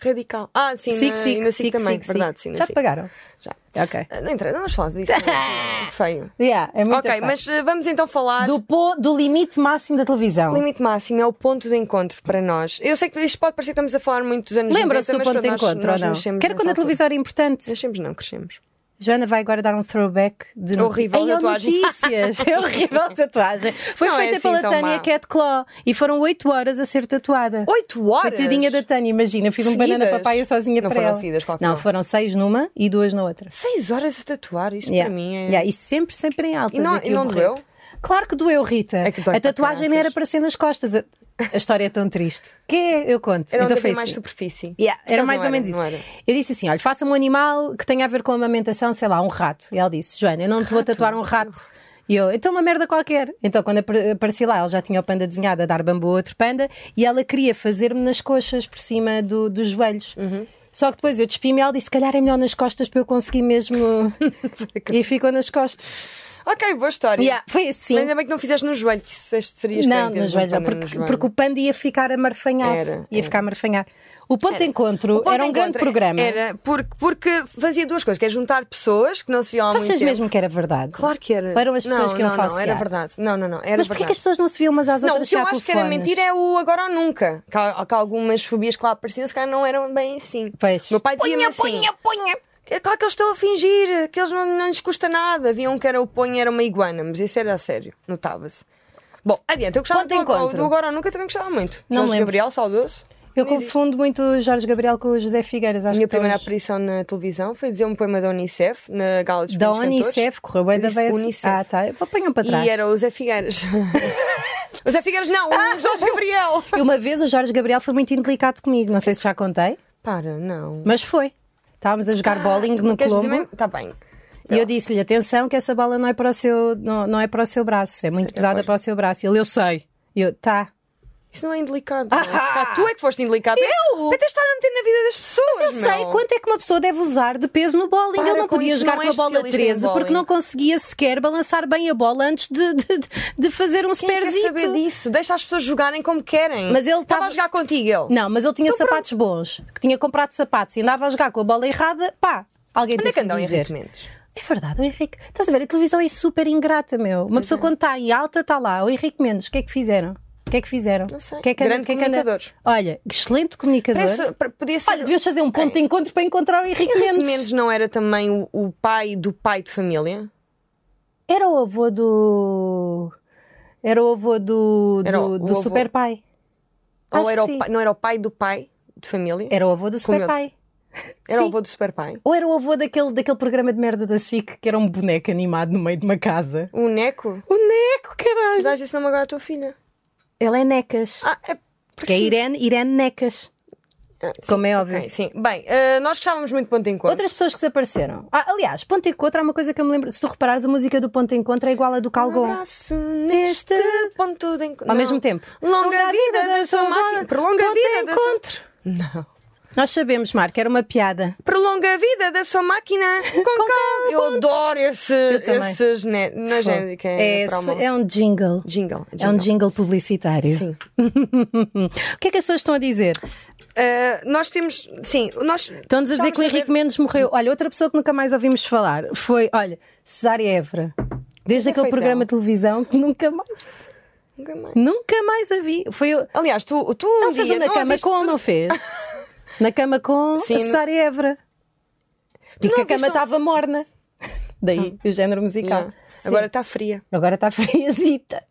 Speaker 1: Radical. Ah, sim,
Speaker 2: SIC,
Speaker 1: na,
Speaker 2: SIC,
Speaker 1: e na SIC,
Speaker 2: SIC,
Speaker 1: também.
Speaker 2: SIC,
Speaker 1: verdade, sim,
Speaker 2: SIC.
Speaker 1: na
Speaker 2: Já te
Speaker 1: SIC.
Speaker 2: pagaram?
Speaker 1: Já.
Speaker 2: Ok.
Speaker 1: Ah, Não interessa, não vamos falar disso. é Feio.
Speaker 2: Yeah, é muito
Speaker 1: ok,
Speaker 2: fácil.
Speaker 1: mas ah, vamos então falar.
Speaker 2: do, po- do limite máximo da televisão.
Speaker 1: O limite máximo é o ponto de encontro para nós. Eu sei que isto pode parecer que estamos a falar muito dos anos
Speaker 2: Lembram-se
Speaker 1: 90,
Speaker 2: do
Speaker 1: mas é
Speaker 2: ponto de
Speaker 1: nós-
Speaker 2: encontro
Speaker 1: nós
Speaker 2: ou não?
Speaker 1: nascemos
Speaker 2: Quero
Speaker 1: nessa
Speaker 2: quando a
Speaker 1: altura.
Speaker 2: televisão era importante.
Speaker 1: Nascemos, não, crescemos.
Speaker 2: Joana vai agora dar um throwback de
Speaker 1: Horrível
Speaker 2: Ei, é
Speaker 1: tatuagem.
Speaker 2: notícias. É horrível tatuagem. Foi
Speaker 1: Não é
Speaker 2: feita
Speaker 1: assim
Speaker 2: pela
Speaker 1: tão
Speaker 2: Tânia
Speaker 1: má.
Speaker 2: Catclaw e foram 8 horas a ser tatuada.
Speaker 1: 8 horas!
Speaker 2: Coitadinha da Tânia, imagina, fiz um banana
Speaker 1: Seguidas?
Speaker 2: papaya sozinha
Speaker 1: Não
Speaker 2: para
Speaker 1: foram
Speaker 2: ela.
Speaker 1: seguidas, claro que
Speaker 2: não,
Speaker 1: não.
Speaker 2: foram seis numa e duas na outra.
Speaker 1: 6 horas a tatuar, isto
Speaker 2: Yeah.
Speaker 1: para mim é.
Speaker 2: Yeah, E sempre, sempre em altas.
Speaker 1: E não-
Speaker 2: aqui
Speaker 1: e não
Speaker 2: o
Speaker 1: doeu?
Speaker 2: borrego. Claro que doeu, Rita.
Speaker 1: É que dói
Speaker 2: a
Speaker 1: para
Speaker 2: tatuagem não era
Speaker 1: caraças.
Speaker 2: para ser nas costas. A, a história é tão triste. Que é- eu conto.
Speaker 1: Era
Speaker 2: então
Speaker 1: onde
Speaker 2: foi
Speaker 1: havia mais
Speaker 2: assim.
Speaker 1: superfície.
Speaker 2: Yeah,
Speaker 1: Por
Speaker 2: era
Speaker 1: acaso
Speaker 2: mais
Speaker 1: não
Speaker 2: ou menos isso.
Speaker 1: não era.
Speaker 2: Eu disse assim: olha, faça-me um animal que tenha a ver com a amamentação, sei lá, um rato. E ela disse: Joana, eu não te vou tatuar um rato. E eu, então uma merda qualquer. Então, quando apare- apareci lá, ela já tinha o panda desenhado a dar bambu a outro panda e ela queria fazer-me nas coxas, por cima do- dos joelhos.
Speaker 1: Uhum.
Speaker 2: Só que depois eu despi-me e ela disse: se calhar é melhor nas costas para eu conseguir mesmo. e ficou nas costas.
Speaker 1: Ok, boa história.
Speaker 2: Yeah, foi
Speaker 1: Mas
Speaker 2: assim.
Speaker 1: ainda bem que não fizeste no joelho, que isso este seria estranho.
Speaker 2: Não,
Speaker 1: teres
Speaker 2: nos
Speaker 1: um
Speaker 2: joelhos,
Speaker 1: pano no
Speaker 2: porque,
Speaker 1: joelho.
Speaker 2: porque o panda ia ficar amarfanhado.
Speaker 1: Era,
Speaker 2: ia
Speaker 1: era.
Speaker 2: ficar amarfanhado. O ponto de encontro
Speaker 1: O ponto
Speaker 2: era um
Speaker 1: de
Speaker 2: grande
Speaker 1: encontro
Speaker 2: programa.
Speaker 1: Era porque, porque fazia duas coisas: que é juntar pessoas que não se viam há
Speaker 2: Tu
Speaker 1: muito
Speaker 2: achas
Speaker 1: tempo.
Speaker 2: mesmo que era verdade?
Speaker 1: Claro que era.
Speaker 2: Eram as pessoas
Speaker 1: não,
Speaker 2: que iam
Speaker 1: não, Não, era
Speaker 2: falsear.
Speaker 1: verdade. Não, não, não. Era
Speaker 2: Mas porquê
Speaker 1: verdade.
Speaker 2: que as pessoas não se viam umas às
Speaker 1: Não, o
Speaker 2: outras
Speaker 1: que eu
Speaker 2: já
Speaker 1: acho que era
Speaker 2: telefones?
Speaker 1: mentira é o agora ou nunca. Que há, que há algumas fobias que lá apareciam, se calhar não eram bem assim.
Speaker 2: Pois.
Speaker 1: Meu pai dizia-me
Speaker 3: Ponha,
Speaker 1: assim.
Speaker 3: ponha, ponha.
Speaker 1: É claro que eles estão a fingir, que eles não, não lhes custa nada. Havia um que era o ponho, era uma iguana, mas isso era a sério, notava-se. Bom, adiante, eu gostava
Speaker 2: Ponto de
Speaker 1: do- do,
Speaker 2: encontro.
Speaker 1: do agora ou nunca também gostava muito.
Speaker 2: Não
Speaker 1: Jorge
Speaker 2: lembro.
Speaker 1: Gabriel, saudoso.
Speaker 2: Eu
Speaker 1: Não existe.
Speaker 2: confundo muito o Jorge Gabriel com o José Figueiras. Acho
Speaker 1: Minha
Speaker 2: que
Speaker 1: primeira
Speaker 2: todos-
Speaker 1: aparição na televisão foi dizer um poema da Unicef, na Gala dos
Speaker 2: Da
Speaker 1: Primeiros Cantores.
Speaker 2: Unicef, correu bem
Speaker 1: Eu
Speaker 2: da
Speaker 1: disse
Speaker 2: vez.
Speaker 1: Unicef.
Speaker 2: Ah, tá. Apanham para trás.
Speaker 1: E era o Zé Figueiras. o Zé Figueiras não, o Jorge Gabriel.
Speaker 2: E uma vez o Jorge Gabriel foi muito indelicado comigo, não sei se já contei,
Speaker 1: Para, não.
Speaker 2: mas foi. Estávamos a jogar bowling no
Speaker 1: Ah, Queres dizer
Speaker 2: Colombo
Speaker 1: mesmo? Tá bem.
Speaker 2: e eu disse-lhe: atenção, que essa bala não é para o seu, não, não é para o seu braço, é muito pesada para o seu braço. E ele, eu sei. E eu, tá.
Speaker 1: Isso não é indelicado. não é? Se calhar tu é que foste indelicado. Eu? Até estar a meter na vida das pessoas.
Speaker 2: Eu sei
Speaker 1: meu.
Speaker 2: quanto é que uma pessoa deve usar de peso no bowling.
Speaker 1: Para
Speaker 2: Ele não
Speaker 1: com
Speaker 2: podia
Speaker 1: isso,
Speaker 2: jogar
Speaker 1: não
Speaker 2: com a
Speaker 1: é
Speaker 2: bola
Speaker 1: especialista em
Speaker 2: 13 porque
Speaker 1: bowling.
Speaker 2: não conseguia sequer balançar bem a bola antes de, de- de fazer um
Speaker 1: Quem é que quer saber
Speaker 2: superzito.
Speaker 1: disso? Deixa as pessoas jogarem como querem.
Speaker 2: Mas ele
Speaker 1: estava
Speaker 2: tava-
Speaker 1: a jogar contigo, ele.
Speaker 2: Não, mas ele tinha
Speaker 1: Então
Speaker 2: sapatos bons, que tinha comprado sapatos e andava a jogar com a bola errada, pá, alguém
Speaker 1: Onde é
Speaker 2: tem
Speaker 1: que
Speaker 2: que
Speaker 1: andam
Speaker 2: lhe
Speaker 1: em
Speaker 2: dizer.
Speaker 1: Mendes?
Speaker 2: É verdade, o Henrique. Estás a ver, a televisão é super ingrata, meu. Uma
Speaker 1: é.
Speaker 2: pessoa quando está em alta está lá. O Henrique Mendes, o que é que fizeram? O que é que fizeram?
Speaker 1: Não sei.
Speaker 2: O Que é que anda-
Speaker 1: Grande
Speaker 2: o que é que anda-
Speaker 1: comunicador.
Speaker 2: Olha, excelente comunicador.
Speaker 1: Parece- pa- podia ser.
Speaker 2: Olha, devias fazer um ponto de encontro para encontrar o Henrique Mendes.
Speaker 1: Mendes não era também o, o pai do pai de família?
Speaker 2: Era o avô do. Era o avô do,
Speaker 1: Era
Speaker 2: do,
Speaker 1: o- o
Speaker 2: do
Speaker 1: avô.
Speaker 2: super pai. Acho
Speaker 1: Ou
Speaker 2: que
Speaker 1: era o
Speaker 2: sim.
Speaker 1: pai- não era o pai do pai de família?
Speaker 2: Era o avô do super
Speaker 1: ele.
Speaker 2: pai.
Speaker 1: Era o
Speaker 2: sim.
Speaker 1: avô do super pai?
Speaker 2: Ou era o avô daquele, daquele programa de merda da SIC que era um boneco animado no meio de uma casa.
Speaker 1: O Neco?
Speaker 2: O Neco,
Speaker 1: Tu
Speaker 2: caralho!
Speaker 1: dás esse nome agora à tua filha?
Speaker 2: Ele é Necas.
Speaker 1: Ah, é.
Speaker 2: que é Irene, Irene Necas.
Speaker 1: Ah, sim.
Speaker 2: Como é óbvio.
Speaker 1: Ok, sim. Bem, ah, nós gostávamos muito de ponto de encontro.
Speaker 2: Outras pessoas que desapareceram. Ah, aliás, Ponto de Encontro há uma coisa que eu me lembro. Se tu reparares, a música do Ponto de Encontro é igual à do
Speaker 1: Um
Speaker 2: Calgon.
Speaker 1: abraço neste ponto de encontro.
Speaker 2: Ao
Speaker 1: Não.
Speaker 2: mesmo tempo.
Speaker 1: Longa vida da sua máquina. Prolonga a
Speaker 2: Ponto de
Speaker 1: vida da sua.
Speaker 2: encontro.
Speaker 1: Não.
Speaker 2: Nós sabemos, Marco, era uma piada.
Speaker 1: Prolonga a vida da sua máquina com calma. Eu adoro esse,
Speaker 2: também.
Speaker 1: esse gene- na genérica.
Speaker 2: é,
Speaker 1: É, promo.
Speaker 2: é um jingle.
Speaker 1: Jingle,
Speaker 2: É um jingle publicitário.
Speaker 1: Sim.
Speaker 2: o que é que as pessoas estão a dizer?
Speaker 1: Ah, nós temos. Sim, nós.
Speaker 2: Estão-nos a dizer que
Speaker 1: Gostávamos
Speaker 2: o
Speaker 1: de saber-
Speaker 2: Henrique Mendes morreu. Olha, outra pessoa que nunca mais ouvimos falar foi, olha, Cesária Évora. Desde
Speaker 1: é
Speaker 2: aquele
Speaker 1: feito
Speaker 2: programa
Speaker 1: dela?
Speaker 2: de televisão que nunca mais,
Speaker 1: Nunca mais.
Speaker 2: nunca mais a vi. Foi, ele
Speaker 1: Aliás, tu, tu um
Speaker 2: fez um
Speaker 1: dia.
Speaker 2: na
Speaker 1: não
Speaker 2: cama
Speaker 1: ouviste-
Speaker 2: com, não fez? Na cama com
Speaker 1: Sim.
Speaker 2: a Cesária Évora.
Speaker 1: Tu
Speaker 2: E
Speaker 1: não
Speaker 2: que a cama
Speaker 1: ouviste um- Ah.
Speaker 2: estava morna. Daí o género musical.
Speaker 1: Não. Agora Ah, está fria.
Speaker 2: Agora está friazita.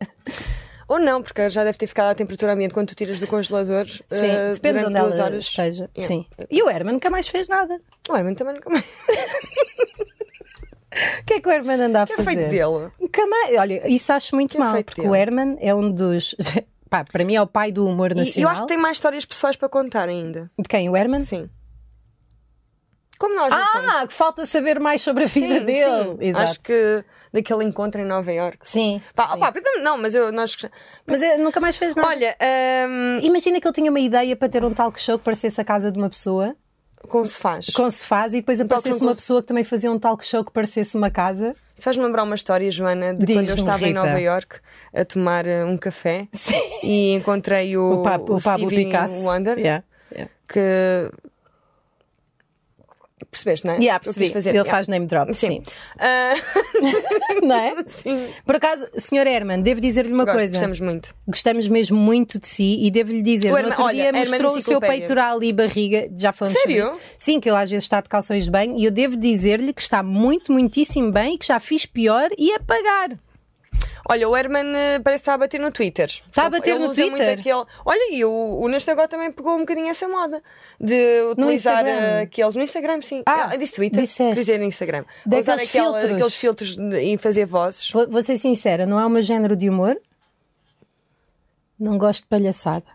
Speaker 1: Ou não, porque já deve ter ficado à temperatura ambiente quando tu tiras do congelador. Sim,
Speaker 2: Sim, depende de onde ela
Speaker 1: horas.
Speaker 2: esteja.
Speaker 1: Yeah.
Speaker 2: Sim. E o Herman nunca mais fez nada.
Speaker 1: O Herman também nunca mais.
Speaker 2: O que é que o Herman anda a
Speaker 1: Que é
Speaker 2: fazer?
Speaker 1: feito dele?
Speaker 2: Nunca mais. Olha, isso acho muito
Speaker 1: é
Speaker 2: mal,
Speaker 1: feito
Speaker 2: porque
Speaker 1: dele?
Speaker 2: o Herman é um dos. Pá, para mim é o pai do humor
Speaker 1: E
Speaker 2: nacional.
Speaker 1: eu acho que tem mais histórias pessoais para contar ainda.
Speaker 2: De quem? O Herman?
Speaker 1: Sim. Como nós, no fundo.
Speaker 2: Ah, que falta saber mais sobre a vida
Speaker 1: Sim,
Speaker 2: dele.
Speaker 1: sim.
Speaker 2: Exato.
Speaker 1: Acho que daquele encontro em Nova Iorque.
Speaker 2: Sim.
Speaker 1: Pá, opá, portanto, não, mas eu nós.
Speaker 2: Mas ele nunca mais fez nada.
Speaker 1: Olha, hum, ahm,
Speaker 2: Imagina que ele tinha uma ideia para ter um talk show que parecesse a casa de uma pessoa,
Speaker 1: com se faz.
Speaker 2: com se faz, e depois aparecesse
Speaker 1: Um show com
Speaker 2: uma
Speaker 1: se-
Speaker 2: pessoa que também fazia um talk show que parecesse uma casa.
Speaker 1: Isso Faz-me lembrar uma história, Joana, de
Speaker 2: Diz-me,
Speaker 1: quando eu estava em
Speaker 2: Rita.
Speaker 1: Nova Iorque a tomar eh, um café
Speaker 2: Sim.
Speaker 1: e encontrei o,
Speaker 2: O, Pa- o Pablo
Speaker 1: Stevie
Speaker 2: Picasso.
Speaker 1: Wonder,
Speaker 2: Yeah. Yeah.
Speaker 1: que percebeste, não é?
Speaker 2: Yeah,
Speaker 1: O que eu quis
Speaker 2: percebi.
Speaker 1: fazer.
Speaker 2: Ele
Speaker 1: yeah.
Speaker 2: faz name drop.
Speaker 1: Sim.
Speaker 2: Sim.
Speaker 1: Ah,
Speaker 2: Não é?
Speaker 1: sim.
Speaker 2: Por acaso, Sr. Herman, devo dizer-lhe uma
Speaker 1: Gosto,
Speaker 2: coisa.
Speaker 1: gostamos muito.
Speaker 2: Gostamos mesmo muito de si e devo-lhe dizer,
Speaker 1: O Herman-
Speaker 2: no outro
Speaker 1: olha,
Speaker 2: dia
Speaker 1: Herman
Speaker 2: mostrou o seu
Speaker 1: Enciclopédia.
Speaker 2: peitoral e barriga, já falamos sobre
Speaker 1: Sério?
Speaker 2: isso. Sim, que ele às vezes está de calções de banho e eu devo dizer-lhe que está muito, muitíssimo bem e que já fiz pior e a pagar.
Speaker 1: Olha, o Herman eh, parece que está a bater no Twitter.
Speaker 2: Está a bater
Speaker 1: Ele
Speaker 2: no
Speaker 1: usa muito
Speaker 2: Twitter?
Speaker 1: aquele- Olha, e o, o Nastagó também pegou um bocadinho essa moda de utilizar
Speaker 2: Instagram?
Speaker 1: eh, aqueles. No Instagram, sim.
Speaker 2: Ah,
Speaker 1: Ah, eu disse Twitter.
Speaker 2: disseste.
Speaker 1: Quis dizer no Instagram.
Speaker 2: Daqueles
Speaker 1: usar aquela-
Speaker 2: filtros.
Speaker 1: aqueles filtros de- e fazer vozes.
Speaker 2: Vou, vou ser sincera, não é o meu género de humor. Não gosto de palhaçada.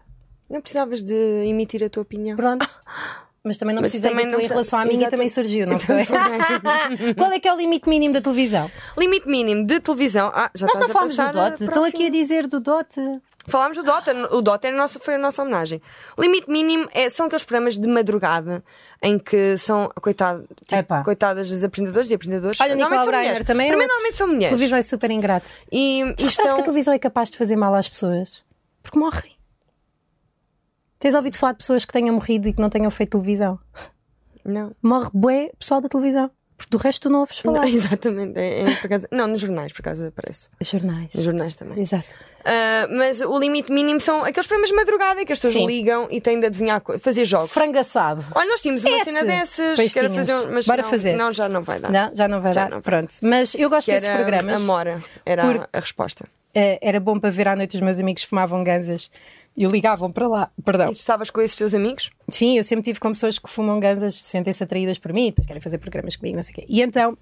Speaker 1: Não precisavas de emitir a tua opinião.
Speaker 2: Pronto. Mas também não
Speaker 1: Mas
Speaker 2: precisei
Speaker 1: também
Speaker 2: da
Speaker 1: não
Speaker 2: tua em
Speaker 1: precisa-
Speaker 2: relação à minha
Speaker 1: Exato.
Speaker 2: também surgiu, não
Speaker 1: Então
Speaker 2: foi? Qual é que é o limite mínimo da televisão?
Speaker 1: Limite mínimo de televisão. Ah, já
Speaker 2: Nós
Speaker 1: estás
Speaker 2: não
Speaker 1: a
Speaker 2: falamos do
Speaker 1: passar. eh,
Speaker 2: dote.
Speaker 1: para o
Speaker 2: Estão
Speaker 1: fim.
Speaker 2: aqui a dizer do dote.
Speaker 1: Falámos do Dota, o Dota era a nossa- foi a nossa homenagem. Limite mínimo é- são aqueles programas de madrugada em que são, coitado, tipo,
Speaker 2: Epá.
Speaker 1: coitadas dos apresentadores e apresentadores.
Speaker 2: Olha, Nicolau
Speaker 1: normalmente são
Speaker 2: Breiner
Speaker 1: mulheres.
Speaker 2: também é
Speaker 1: Primeiro,
Speaker 2: outro.
Speaker 1: normalmente são mulheres.
Speaker 2: Televisão é super ingrato.
Speaker 1: E, um e
Speaker 2: Mas Achas
Speaker 1: estão.
Speaker 2: que a televisão é capaz de fazer mal às pessoas? Porque morrem. Tens ouvido falar de pessoas que tenham morrido e que não tenham feito televisão?
Speaker 1: Não.
Speaker 2: Morre bué pessoal da televisão. Porque do resto tu não ouves falar.
Speaker 1: Não, exatamente. É, é, por acaso- não, nos jornais, por acaso aparece.
Speaker 2: Jornais.
Speaker 1: Nos jornais também.
Speaker 2: Exato.
Speaker 1: Ah, mas o limite mínimo são aqueles programas de madrugada em que as pessoas
Speaker 2: Sim.
Speaker 1: ligam e têm de adivinhar, co- fazer jogos.
Speaker 2: Frangaçado.
Speaker 1: Olha, nós tínhamos uma
Speaker 2: É Esse.
Speaker 1: cena dessas,
Speaker 2: Pois
Speaker 1: que era
Speaker 2: tínhamos.
Speaker 1: fazer um, mas
Speaker 2: Bora
Speaker 1: não,
Speaker 2: fazer.
Speaker 1: não, já não vai dar.
Speaker 2: Não, já não vai
Speaker 1: Já
Speaker 2: dar.
Speaker 1: não vai.
Speaker 2: Pronto. Mas eu gosto
Speaker 1: que
Speaker 2: desses
Speaker 1: era
Speaker 2: programas.
Speaker 1: Amora, era
Speaker 2: Por-
Speaker 1: a resposta.
Speaker 2: Eh, era bom para ver à noite os meus amigos fumavam ganzas e ligavam para lá. Perdão.
Speaker 1: E tu estavas com esses teus amigos?
Speaker 2: Sim, eu sempre tive com pessoas que fumam ganzas, sentem-se atraídas por mim, depois querem fazer programas comigo, não sei o quê. E então,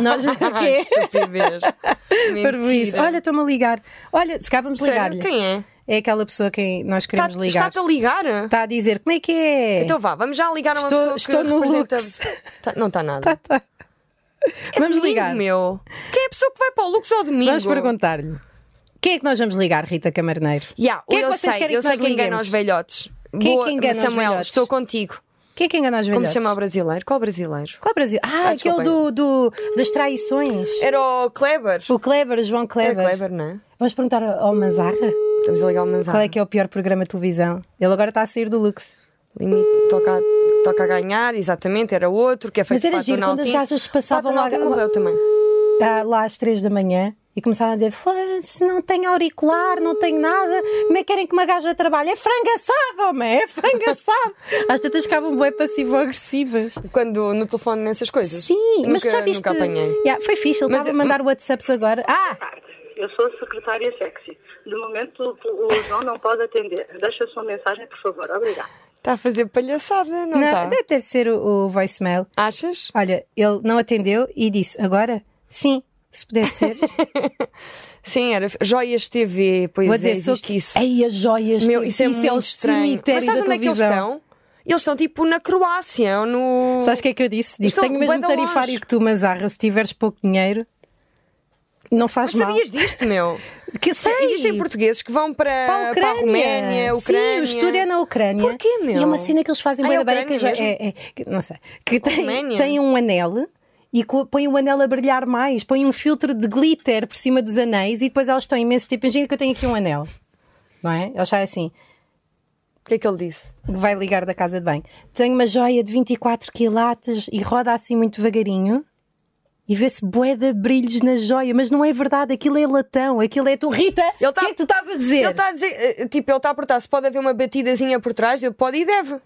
Speaker 2: nós.
Speaker 1: Ai, que estupidez.
Speaker 2: Parvoíce.
Speaker 1: Mentira.
Speaker 2: Olha, estão-me a ligar. Olha, se cá vamos
Speaker 1: Sério,
Speaker 2: ligar-lhe.
Speaker 1: quem é?
Speaker 2: É aquela pessoa a quem nós
Speaker 1: Tá-
Speaker 2: queremos ligar.
Speaker 1: Está-te a ligar?
Speaker 2: Está a dizer como é que é?
Speaker 1: Então vá, vamos já ligar a uma
Speaker 2: Estou-
Speaker 1: pessoa
Speaker 2: estou
Speaker 1: que
Speaker 2: no
Speaker 1: representa.
Speaker 2: Lux.
Speaker 1: Tá- não está nada.
Speaker 2: Tá, tá.
Speaker 1: é
Speaker 2: Vamos
Speaker 1: Domingo,
Speaker 2: ligar.
Speaker 1: meu. Quem é a pessoa que vai para o Lux ao domingo?
Speaker 2: Vamos perguntar-lhe. Quem é que nós vamos ligar, Rita Camarneiro?
Speaker 1: Yeah,
Speaker 2: Quem é
Speaker 1: eu
Speaker 2: que vocês
Speaker 1: sei,
Speaker 2: querem
Speaker 1: eu
Speaker 2: que
Speaker 1: sei
Speaker 2: nós
Speaker 1: que engana
Speaker 2: liguemos?
Speaker 1: os velhotes.
Speaker 2: Quem é
Speaker 1: Boa,
Speaker 2: que engana os
Speaker 1: Samuel,
Speaker 2: velhotes?
Speaker 1: estou contigo.
Speaker 2: Quem é que engana os
Speaker 1: Como
Speaker 2: velhotes?
Speaker 1: se chama o brasileiro? Qual brasileiro?
Speaker 2: Qual é o Brasil? Ah,
Speaker 1: Ah, É.
Speaker 2: aquele do, do- das traições.
Speaker 1: Era o Kleber.
Speaker 2: O Kleber, João
Speaker 1: Era
Speaker 2: Kleber.
Speaker 1: Kleber, não é?
Speaker 2: Vamos perguntar ao Manzarra
Speaker 1: Estamos a ligar o Manzano.
Speaker 2: qual é que é o pior programa de televisão. Ele agora está a sair do Lux.
Speaker 1: Limite, toca, a, toca a ganhar, exatamente, era outro, que é feito
Speaker 2: Mas era
Speaker 1: para a
Speaker 2: giro quando as
Speaker 1: Tonaltin.
Speaker 2: gajas se passavam
Speaker 1: Pá, a Tonaltin
Speaker 2: lá-
Speaker 1: morreu também.
Speaker 2: Ah, lá às três da manhã e começaram a dizer: "Foda-se, não tenho auricular, não tenho nada, como é que querem que uma gaja trabalhe? É frangaçado, homem, é frangaçado. às tantas ficavam bem passivo-agressivas.
Speaker 1: Quando no telefone nessas coisas.
Speaker 2: Sim, mas tu
Speaker 1: Nunca-
Speaker 2: já viste.
Speaker 1: Nunca apanhei.
Speaker 2: Yeah, foi fixe, ele
Speaker 1: Mas
Speaker 2: estava a
Speaker 1: eu-
Speaker 2: mandar WhatsApps agora. Ah!
Speaker 4: tarde. Eu sou secretária sexy. De momento, o o João não pode atender. Deixa a sua mensagem, por favor. Obrigada.
Speaker 1: Está a fazer palhaçada, não
Speaker 2: Não,
Speaker 1: está?
Speaker 2: deve deve ser o, o voicemail.
Speaker 1: Achas?
Speaker 2: Olha, ele não atendeu e disse: agora? Sim, se pudesse ser.
Speaker 1: Sim, era Joias TV, pois
Speaker 2: Vou
Speaker 1: é,
Speaker 2: dizer, sou
Speaker 1: existe
Speaker 2: que.
Speaker 1: isso.
Speaker 2: Ei, as joias.
Speaker 1: Meu,
Speaker 2: tipo,
Speaker 1: isso é muito
Speaker 2: o
Speaker 1: estranho.
Speaker 2: cemitério
Speaker 1: Mas sabes
Speaker 2: da
Speaker 1: onde é que eles
Speaker 2: televisão.
Speaker 1: estão? Eles estão tipo na Croácia ou no.
Speaker 2: Sabes o que é que eu disse? Disse,
Speaker 1: Estão
Speaker 2: tenho o mesmo
Speaker 1: Hum. Então, bué de
Speaker 2: tarifário
Speaker 1: longe.
Speaker 2: que tu, Mazarra, se tiveres pouco dinheiro, não faz
Speaker 1: Mas
Speaker 2: mal.
Speaker 1: sabias disto, meu?
Speaker 2: que sei.
Speaker 1: Existem portugueses que vão para,
Speaker 2: Para a
Speaker 1: para a
Speaker 2: Ucrânia.
Speaker 1: Roménia, Ucrânia.
Speaker 2: Sim, o estúdio é na Ucrânia.
Speaker 1: Porquê, meu?
Speaker 2: E é uma cena que eles fazem
Speaker 1: Ah,
Speaker 2: bem
Speaker 1: é
Speaker 2: da bem, que
Speaker 1: Ucrânia
Speaker 2: já-
Speaker 1: mesmo?
Speaker 2: é, é- que- não sei, que tem,
Speaker 1: Roménia?
Speaker 2: tem um anel e co- põe o anel a brilhar mais, põe um filtro de glitter por cima dos anéis e depois elas estão imenso tipo, imagina que eu tenho aqui um anel, não é? Eles saem assim,
Speaker 1: O que é que ele disse?
Speaker 2: que vai ligar da casa de banho. Tenho uma joia de 24 quilates e roda assim muito devagarinho. E vê-se bué de brilhos na joia, mas não é verdade, aquilo é latão, aquilo é tu. Rita,
Speaker 1: Ele
Speaker 2: o
Speaker 1: tá-
Speaker 2: que é que tu estás a dizer?
Speaker 1: Ele está a dizer, eh, tipo, ele está a perguntar se pode haver uma batidazinha por trás, eu pode e deve. Eu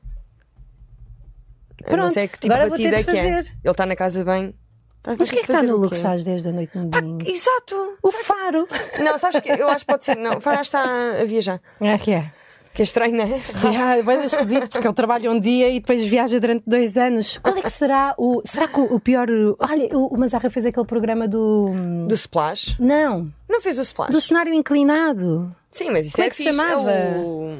Speaker 1: não
Speaker 2: Pronto,
Speaker 1: sei que tipo de
Speaker 2: agora vou ter
Speaker 1: batida
Speaker 2: de
Speaker 1: é que é.
Speaker 2: fazer.
Speaker 1: Ele está na casa bem. Tá
Speaker 2: Mas o que é que está
Speaker 1: fazer
Speaker 2: no
Speaker 1: o quê?
Speaker 2: look Sás desde a noite no domingo?
Speaker 1: Exato!
Speaker 2: O faro.
Speaker 1: Não, sabes que eu acho que pode ser. Não, o Farah está a viajar.
Speaker 2: É que é.
Speaker 1: Que é estranho, não é?
Speaker 2: É, bem esquisito, porque ele trabalha um dia e depois viaja durante dois anos. Qual é que será o. Será que o, o pior. Olha, o, o Mazarra fez aquele programa do.
Speaker 1: Do Splash.
Speaker 2: Não,
Speaker 1: Não fez o Splash.
Speaker 2: do cenário inclinado.
Speaker 1: Sim, mas isso
Speaker 2: Como é
Speaker 1: é
Speaker 2: que se
Speaker 1: fixe.
Speaker 2: chamava?
Speaker 1: É o...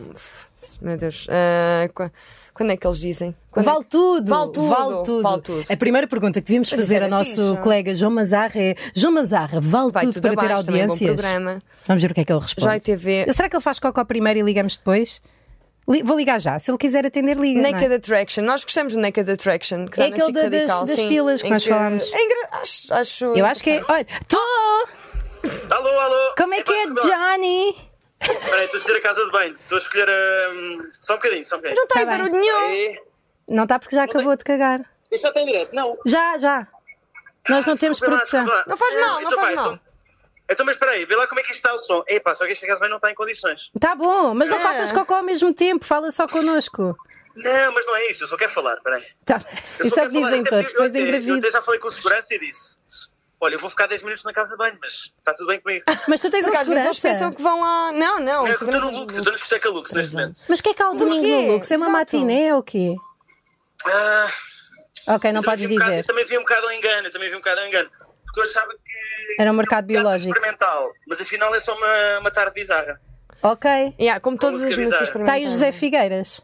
Speaker 1: Meu Deus. Ah, qu- quando é que eles dizem? Quando é
Speaker 2: Vale tudo,
Speaker 1: Vale tudo,
Speaker 2: vale tudo. É
Speaker 1: vale tudo.
Speaker 2: A primeira pergunta que devíamos
Speaker 1: Mas isso
Speaker 2: fazer
Speaker 1: era
Speaker 2: ao nosso
Speaker 1: fixe.
Speaker 2: colega João Mazarra é: João Mazarra, vale
Speaker 1: que vai
Speaker 2: tudo,
Speaker 1: tudo
Speaker 2: para
Speaker 1: abaixo,
Speaker 2: ter
Speaker 1: também é bom
Speaker 2: audiências?
Speaker 1: programa.
Speaker 2: Vamos ver o que é que ele responde.
Speaker 1: Joy TV.
Speaker 2: Será que ele faz cocó primeiro e ligamos depois? Li- Vou ligar já. Se ele quiser atender, liga. não é?
Speaker 1: Naked Attraction. Nós gostamos do Naked Attraction. Que
Speaker 2: É
Speaker 1: dá na
Speaker 2: aquele
Speaker 1: SIC
Speaker 2: da- das-
Speaker 1: Radical,
Speaker 2: das
Speaker 1: sim,
Speaker 2: filas que
Speaker 1: em
Speaker 2: nós falámos.
Speaker 1: é engra- acho, acho.
Speaker 2: Eu acho que é. Olha, tô!
Speaker 5: Alô, alô!
Speaker 2: Como é que é, Johnny?
Speaker 5: Espera aí, estou a escolher a casa de banho. Estou a escolher. hum, Só um bocadinho, só um
Speaker 1: Não
Speaker 5: bocadinho.
Speaker 1: está aí
Speaker 2: Tá bem.
Speaker 1: barulho nenhum.
Speaker 5: E...
Speaker 2: Não está porque já acabou de cagar.
Speaker 5: Isto já tem direto? Não. um
Speaker 2: Já, já. Nós não temos
Speaker 5: Vê lá,
Speaker 2: produção.
Speaker 5: desculpa lá.
Speaker 1: Não faz mal, não
Speaker 5: Então,
Speaker 1: faz
Speaker 5: pá,
Speaker 1: mal.
Speaker 5: Então, então, mas espera aí, vê lá como é que isto está o som. Epá, só que esta casa de banho não está em condições.
Speaker 2: Tá bom, mas não
Speaker 1: Ah.
Speaker 2: faças cocó ao mesmo tempo, fala só connosco.
Speaker 5: Não, mas não é isso, eu só quero falar, espera aí.
Speaker 2: Tá.
Speaker 5: Eu
Speaker 2: Isso
Speaker 5: só
Speaker 2: é o que
Speaker 5: quero falar,
Speaker 2: dizem todos,
Speaker 5: até porque eu
Speaker 2: depois
Speaker 5: até- Eu
Speaker 2: engravido.
Speaker 5: até já falei com o segurança e disse: Olha, eu vou ficar 10 minutos na casa de banho, mas está tudo bem comigo.
Speaker 2: Mas tu tens
Speaker 1: Porque
Speaker 2: a
Speaker 1: às vezes eles pensam
Speaker 2: segurança.
Speaker 1: que vão à. Não, não.
Speaker 5: Não, eu estou
Speaker 1: segurança-
Speaker 5: no Lux, eu estou na discoteca Lux neste momento.
Speaker 2: Mas o que é que há o domingo
Speaker 1: quê?
Speaker 2: no Lux? É uma
Speaker 1: Exato.
Speaker 2: matiné ou o quê?
Speaker 5: Ah,
Speaker 2: Ok, não
Speaker 5: eu também
Speaker 2: podes
Speaker 5: vi um bocado-
Speaker 2: dizer.
Speaker 5: eu também vi um bocado ao engano, eu também vi um bocado ao engano. Porque eu achava que.
Speaker 2: Era um mercado
Speaker 5: bocado
Speaker 2: biológico.
Speaker 5: experimental, mas afinal é só uma, uma tarde bizarra.
Speaker 2: Ok.
Speaker 1: Yeah, como todas
Speaker 5: Vamos
Speaker 1: as músicas
Speaker 5: avisar.
Speaker 2: Está aí o
Speaker 1: experimentais.
Speaker 2: Tá, José Figueiras.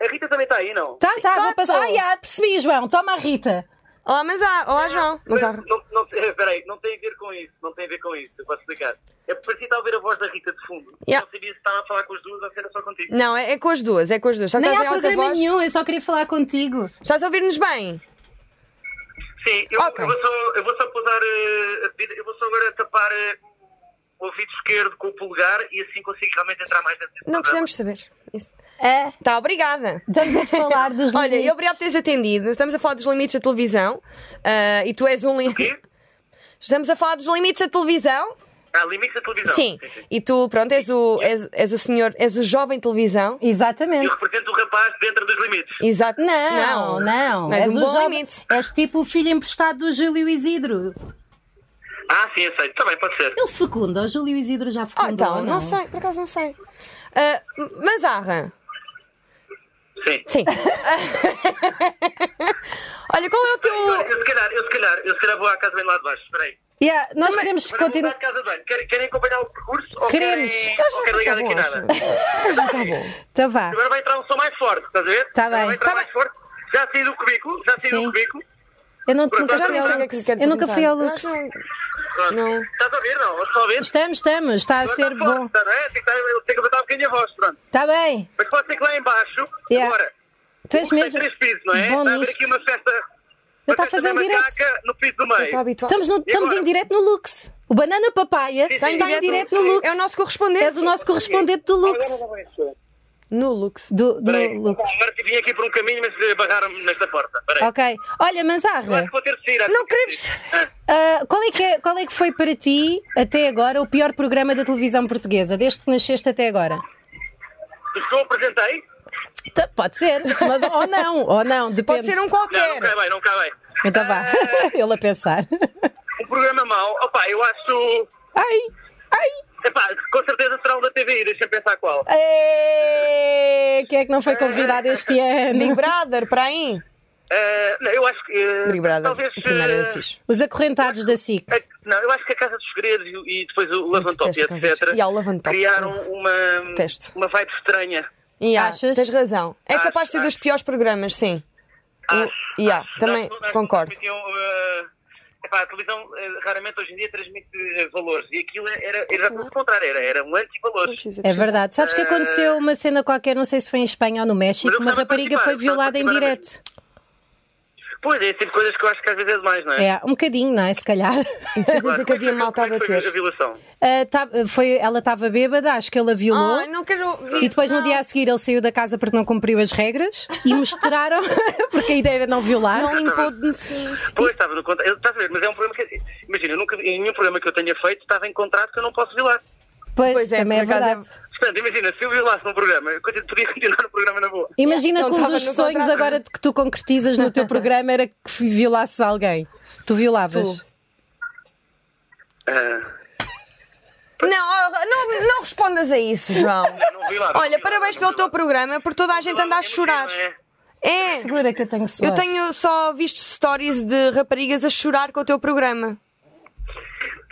Speaker 5: A Rita também está aí, não?
Speaker 2: Tá, tá,
Speaker 1: tá,
Speaker 2: vou passar.
Speaker 1: tá.
Speaker 2: Ah, já, percebi, João. Toma a Rita.
Speaker 1: Olá, mas há. Olá, João. Mas há.
Speaker 5: Não, não, eh, peraí, não tem a ver com isso, não tem a ver com isso, eu posso explicar. É porque parecia ouvir a voz da Rita de fundo.
Speaker 1: Yeah.
Speaker 5: Não sabia se estava a falar com as duas ou se era só contigo.
Speaker 1: Não, é, é com as duas, é com as duas. Só que
Speaker 2: Nem
Speaker 1: estás em
Speaker 2: há
Speaker 1: alta
Speaker 2: programa
Speaker 1: voz.
Speaker 2: nenhum, eu só queria falar contigo.
Speaker 1: Estás a ouvir-nos bem?
Speaker 5: Sim, eu,
Speaker 1: Ok.
Speaker 5: eu vou só, eu vou só pousar eh, a pedida, eu vou só agora tapar eh, o ouvido esquerdo com o polegar e assim consigo realmente entrar mais dentro deste
Speaker 1: Não
Speaker 5: programa.
Speaker 1: precisamos saber. Isso.
Speaker 2: É.
Speaker 1: Tá, obrigada.
Speaker 2: Estamos a falar dos
Speaker 1: Olha, e
Speaker 2: limites.
Speaker 1: obrigado por teres atendido. Estamos a falar dos limites da televisão. ah, e tu és um. li-
Speaker 5: Quê?
Speaker 1: Estamos a falar dos limites da televisão.
Speaker 5: Há limites da televisão.
Speaker 1: Sim. E tu, pronto, és o, és, és o senhor, és o jovem televisão.
Speaker 5: Eu
Speaker 2: Exatamente.
Speaker 5: represento o rapaz dentro dos limites.
Speaker 1: Exato.
Speaker 2: Não, não.
Speaker 1: És um
Speaker 2: o
Speaker 1: bom
Speaker 2: jovem-
Speaker 1: limite.
Speaker 2: És tipo o filho emprestado do Júlio Isidro.
Speaker 5: Ah, sim, aceito. Também pode ser.
Speaker 2: Ele fecunda, o Júlio Isidro já fecundou.
Speaker 1: Ah, então,
Speaker 2: ou
Speaker 1: não. sei, por acaso não sei. Ah, mas arra.
Speaker 5: Sim.
Speaker 1: Sim. Olha, qual é o
Speaker 5: Olha,
Speaker 1: teu.
Speaker 5: Eu se calhar, eu se calhar, eu se calhar vou à casa bem lá de baixo. Espera aí.
Speaker 2: Yeah, nós queremos
Speaker 5: Agora vou
Speaker 2: continuar.
Speaker 5: lá de casa de banho. Querem, querem acompanhar o percurso? ou
Speaker 2: Queremos.
Speaker 5: Querem,
Speaker 1: Eu acho
Speaker 5: ou
Speaker 1: que
Speaker 5: querem ligar
Speaker 1: tá
Speaker 5: daqui
Speaker 1: bom,
Speaker 5: nada?
Speaker 1: acho. Já está bom.
Speaker 2: Então vá.
Speaker 5: Agora vai entrar um som mais forte, estás a ver?
Speaker 2: Tá
Speaker 5: Agora
Speaker 2: bem.
Speaker 5: Vai entrar
Speaker 1: Tá
Speaker 5: mais forte. Já saí do cubículo, já saí
Speaker 2: Sim.
Speaker 5: do cubículo.
Speaker 2: Eu, não,
Speaker 5: Pronto,
Speaker 2: nunca
Speaker 5: já
Speaker 2: fui
Speaker 5: nem
Speaker 2: ao
Speaker 5: sei o que é
Speaker 1: que
Speaker 2: Lux.
Speaker 1: quero
Speaker 2: eu nunca
Speaker 1: perguntar.
Speaker 2: fui ao
Speaker 1: Eu
Speaker 2: Lux. Tá
Speaker 1: acho
Speaker 5: Pronto.
Speaker 1: Não.
Speaker 5: Estás a ouvir, não? Estás a ouvir?
Speaker 2: Estamos, estamos. Está a
Speaker 5: Agora
Speaker 2: ser
Speaker 5: está forte,
Speaker 2: bom.
Speaker 5: Está, não é? Tem que, estar, tem que aumentar um bocadinho a voz, pronto.
Speaker 2: Está bem.
Speaker 5: Mas pode ser que lá em baixo,
Speaker 2: Yeah.
Speaker 5: agora,
Speaker 2: Tu és
Speaker 5: tem
Speaker 2: mesmo
Speaker 5: três pisos, não é?
Speaker 2: bom
Speaker 5: Está a haver
Speaker 2: nisto.
Speaker 5: aqui uma festa,
Speaker 2: Eu
Speaker 5: uma
Speaker 2: estou a
Speaker 5: festa
Speaker 2: fazer
Speaker 5: da
Speaker 2: um direto.
Speaker 5: macaca no piso do meio.
Speaker 1: Está habituado.
Speaker 2: Estamos, no- estamos em
Speaker 5: agora?
Speaker 2: direto no Lux. O Banana Papaya está em direto no Lux.
Speaker 1: É o nosso correspondente.
Speaker 2: És o nosso correspondente do Lux.
Speaker 5: Agora não vai
Speaker 1: No Lux.
Speaker 2: Do,
Speaker 5: Espera aí.
Speaker 2: no Lux.
Speaker 5: Agora que vim aqui por um caminho, mas eh, barraram-me nesta porta. Espera aí.
Speaker 2: Ok. Olha,
Speaker 5: Eu acho
Speaker 2: Manzarra,
Speaker 5: que vou ter de sair. acho
Speaker 1: Não
Speaker 5: que vou ter de
Speaker 1: queremos.
Speaker 5: sair.
Speaker 2: ah, qual, é que é- qual é que foi para ti, até agora, o pior programa da televisão portuguesa, desde que nasceste até agora?
Speaker 5: Os que eu apresentei?
Speaker 2: Tá, Pode ser, mas ou não, ou não, depende.
Speaker 1: Pode ser um
Speaker 5: Não, não
Speaker 1: qualquer.
Speaker 5: cai bem, não cai bem.
Speaker 2: Então vá,
Speaker 5: Ah.
Speaker 2: ele a pensar.
Speaker 5: Um programa mau, opá, eu acho.
Speaker 2: Ai, ai,
Speaker 5: Epá, com certeza será um da TVI, deixa-me pensar qual.
Speaker 2: ê, quem é que não foi convidado este
Speaker 1: Big
Speaker 2: ano?
Speaker 1: Brother, para aí.
Speaker 5: Eh, não, eu acho que. eh,
Speaker 1: Big Brother.
Speaker 5: Talvez.
Speaker 1: o primeiro era
Speaker 5: eh,
Speaker 1: fixe.
Speaker 2: Os acorrentados da SIC.
Speaker 5: a- não, eu acho que a Casa dos Segredos e, o- e depois o Levantop,
Speaker 1: detesto a Casa dos
Speaker 5: etc.
Speaker 1: Segredos. E há o Levantop.
Speaker 5: Criaram uma,
Speaker 1: Detesto.
Speaker 5: uma vibe estranha.
Speaker 1: E há,
Speaker 2: Achas?
Speaker 1: Tens razão. É
Speaker 5: Acho,
Speaker 1: capaz de ser dos
Speaker 5: acho.
Speaker 1: piores programas, sim.
Speaker 5: Acho,
Speaker 1: E- e há,
Speaker 5: acho, é
Speaker 1: também
Speaker 5: acho, acho
Speaker 1: concordo.
Speaker 5: que transmitiam, eh, epá, a televisão eh, raramente hoje em dia transmite eh, valores. E aquilo era exatamente o contrário, era, era um
Speaker 1: Não
Speaker 5: anti-valores.
Speaker 2: É
Speaker 1: precisa acrescentar.
Speaker 2: verdade. Sabes que aconteceu uma cena qualquer, não sei se foi em Espanha ou no México,
Speaker 5: Mas eu
Speaker 2: uma
Speaker 5: estava a
Speaker 2: rapariga
Speaker 5: participar,
Speaker 2: foi
Speaker 5: eu estava a
Speaker 2: violada em
Speaker 5: participar
Speaker 2: direto.
Speaker 5: Pois é, esse tipo de coisas que eu acho que às vezes é demais, não é?
Speaker 2: É, um bocadinho, não é? Se calhar.
Speaker 1: E de certeza
Speaker 5: Claro.
Speaker 1: que havia
Speaker 5: Como é
Speaker 1: malta a
Speaker 5: foi- como é que foi A
Speaker 1: bater.
Speaker 5: violação.
Speaker 2: Ah, tá- foi, ela estava bêbada, acho que ele a violou.
Speaker 1: Ai, Ah, não quero.
Speaker 2: E depois no dia a seguir ele saiu da casa porque não cumpriu as regras e mostraram, porque a ideia era não violar.
Speaker 5: tá
Speaker 1: Não limpou de sim.
Speaker 5: Pois, estava no contrato. Estás a ver, mas é um problema que. Imagina, eu nunca, em nenhum programa que eu tenha feito estava em contrato que eu não posso violar.
Speaker 2: Pois,
Speaker 1: Pois é,
Speaker 2: também é
Speaker 1: por acaso é-
Speaker 2: verdade.
Speaker 5: Se Portanto, imagina, se eu violasse num programa, eu conti- podia continuar no programa na boa.
Speaker 2: Imagina
Speaker 1: Não
Speaker 2: que um
Speaker 1: estava
Speaker 2: dos
Speaker 1: no
Speaker 2: sonhos
Speaker 1: contrato.
Speaker 2: agora de que tu concretizas no teu programa era que violasses alguém. Tu violavas.
Speaker 1: Tu.
Speaker 5: Ah,
Speaker 1: Não, oh, não, não respondas a isso, João.
Speaker 5: não vi lá.
Speaker 1: Olha, parabéns pelo teu programa, porque toda a gente anda a chorar. É,
Speaker 2: Segura que eu tenho suor.
Speaker 1: eu tenho só visto stories de raparigas a chorar com o teu programa.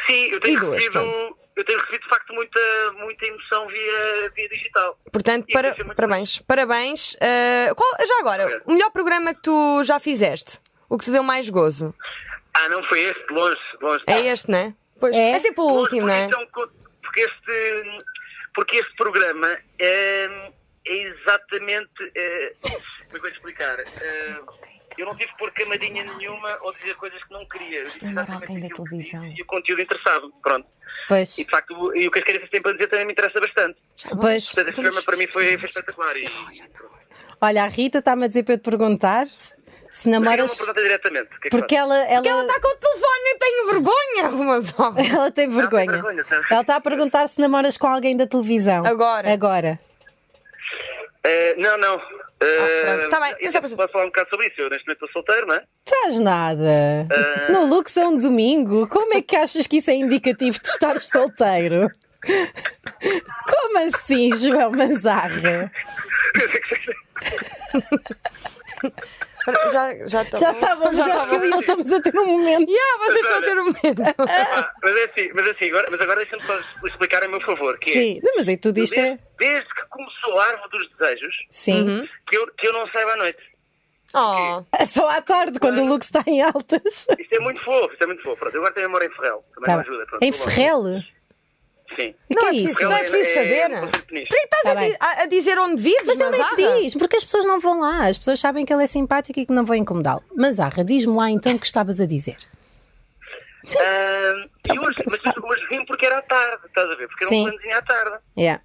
Speaker 5: Sim, eu
Speaker 1: E
Speaker 5: tenho,
Speaker 1: duas,
Speaker 5: recebido,
Speaker 1: pronto.
Speaker 5: eu tenho recebido de facto muita, muita emoção via, via digital.
Speaker 1: Portanto,
Speaker 5: E
Speaker 1: para-
Speaker 5: isso é muito
Speaker 1: parabéns. Parabéns. Ah, qual- já agora, o melhor programa que tu já fizeste? O que te deu mais gozo?
Speaker 5: Ah, não foi este, de longe, de longe.
Speaker 1: É este, não é? Pois, é,
Speaker 2: É?
Speaker 1: sempre o último, não
Speaker 5: porque
Speaker 1: é?
Speaker 5: isto é um co- porque este, porque este programa é, é exatamente. É, como é que eu vou explicar? É, eu não tive que pôr camadinha nenhuma ou dizer coisas que não queria. Eu disse exatamente
Speaker 3: alguém da
Speaker 5: aquilo que disse
Speaker 3: televisão.
Speaker 5: E o conteúdo interessava Pronto.
Speaker 2: Pois,
Speaker 5: E de facto, o- e o que as crianças têm para dizer também me interessa bastante.
Speaker 2: pois.
Speaker 5: Portanto, este programa para mim foi, foi espetacular. E,
Speaker 2: Olha, a Rita está-me a dizer para eu te perguntar se
Speaker 5: mas eu não
Speaker 2: namoras.
Speaker 5: pergunta diretamente. o que é que
Speaker 2: Porque ela, ela,
Speaker 1: Porque ela tá- está com o telefone, eu tenho vergonha, Romazão.
Speaker 2: ela tem vergonha.
Speaker 5: vergonha, sabe?
Speaker 2: Ela está a perguntar se namoras com alguém da televisão.
Speaker 1: Agora.
Speaker 2: Agora.
Speaker 5: É, não, não.
Speaker 2: Ah,
Speaker 1: pronto, tá bem,
Speaker 5: Eu
Speaker 1: mas é
Speaker 5: posso falar um bocado sobre isso. Eu neste momento estou solteiro, não é?
Speaker 2: Estás nada.
Speaker 5: Ah.
Speaker 2: No Lux é um domingo. Como é que achas que isso é indicativo de estar solteiro? Como assim, João Mazarra?
Speaker 1: Ora, Já, já estão.
Speaker 5: Tá
Speaker 2: Já estávamos,
Speaker 1: Já
Speaker 2: acho que eu e ele
Speaker 1: estávamos.
Speaker 2: estamos a ter um momento.
Speaker 1: Yeah, vocês estão a ter um momento.
Speaker 5: Ah, mas é assim, mas, é assim agora, mas agora deixa-me só explicar a meu favor. Que é,
Speaker 2: Sim, não, mas aí tudo isto é.
Speaker 5: desde, desde que começou a árvore dos desejos,
Speaker 2: Sim.
Speaker 1: Uhum.
Speaker 5: que eu, que eu não saiba à noite.
Speaker 1: Oh,
Speaker 2: É Só à tarde, quando o Lux está em altas.
Speaker 5: Isto é muito fofo, isto é muito fofo. Pronto, eu agora tenho memória em Ferrel. Também
Speaker 2: Tá
Speaker 5: não
Speaker 2: bem.
Speaker 5: ajuda. Pronto,
Speaker 2: em
Speaker 5: vou lá.
Speaker 2: Ferrel?
Speaker 5: Sim.
Speaker 2: O
Speaker 1: não
Speaker 2: que
Speaker 1: é
Speaker 2: é
Speaker 1: preciso-
Speaker 2: isso?
Speaker 1: não é preciso saber.
Speaker 5: É, um concertinista.
Speaker 1: estás
Speaker 2: Tá
Speaker 1: a, di-
Speaker 2: bem.
Speaker 1: a- a dizer onde vives,
Speaker 2: Mas ele é
Speaker 1: Mazarra?
Speaker 2: que diz, porque as pessoas não vão lá. As pessoas sabem que ele é simpático e que não vão incomodá-lo. Mazarra, diz-me lá então o que estavas a dizer.
Speaker 5: Ah, e
Speaker 2: Estava
Speaker 5: hoje, mas
Speaker 2: cansada.
Speaker 5: hoje vim porque era à tarde, estás a ver? Porque era
Speaker 2: Tá Sim.
Speaker 5: um planozinho à tarde.
Speaker 2: Yeah.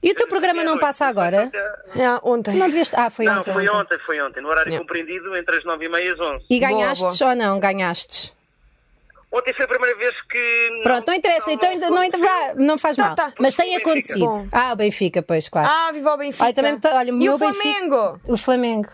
Speaker 2: E o teu programa não passa agora?
Speaker 1: Yeah, ontem.
Speaker 2: Tu não devias. Ah, foi
Speaker 5: Não,
Speaker 2: ontem.
Speaker 5: foi
Speaker 2: ontem.
Speaker 5: ontem, foi ontem, no horário
Speaker 1: Não.
Speaker 5: compreendido entre as 9h30 e as 11
Speaker 2: E
Speaker 1: Boa,
Speaker 2: ganhastes ou não? Ganhastes.
Speaker 5: Ontem foi a primeira vez que.
Speaker 2: Pronto, não interessa, então ainda não, entra- vá, não faz
Speaker 1: Tá,
Speaker 2: mal.
Speaker 1: tá.
Speaker 2: Mas tem
Speaker 5: Benfica.
Speaker 2: acontecido.
Speaker 1: Bom.
Speaker 2: Ah, o Benfica, pois, claro.
Speaker 1: Ah, viva o Benfica.
Speaker 2: Ai, também me tá- olha, o
Speaker 1: e
Speaker 2: meu
Speaker 1: o
Speaker 2: Benfica-
Speaker 1: Flamengo?
Speaker 2: O Flamengo.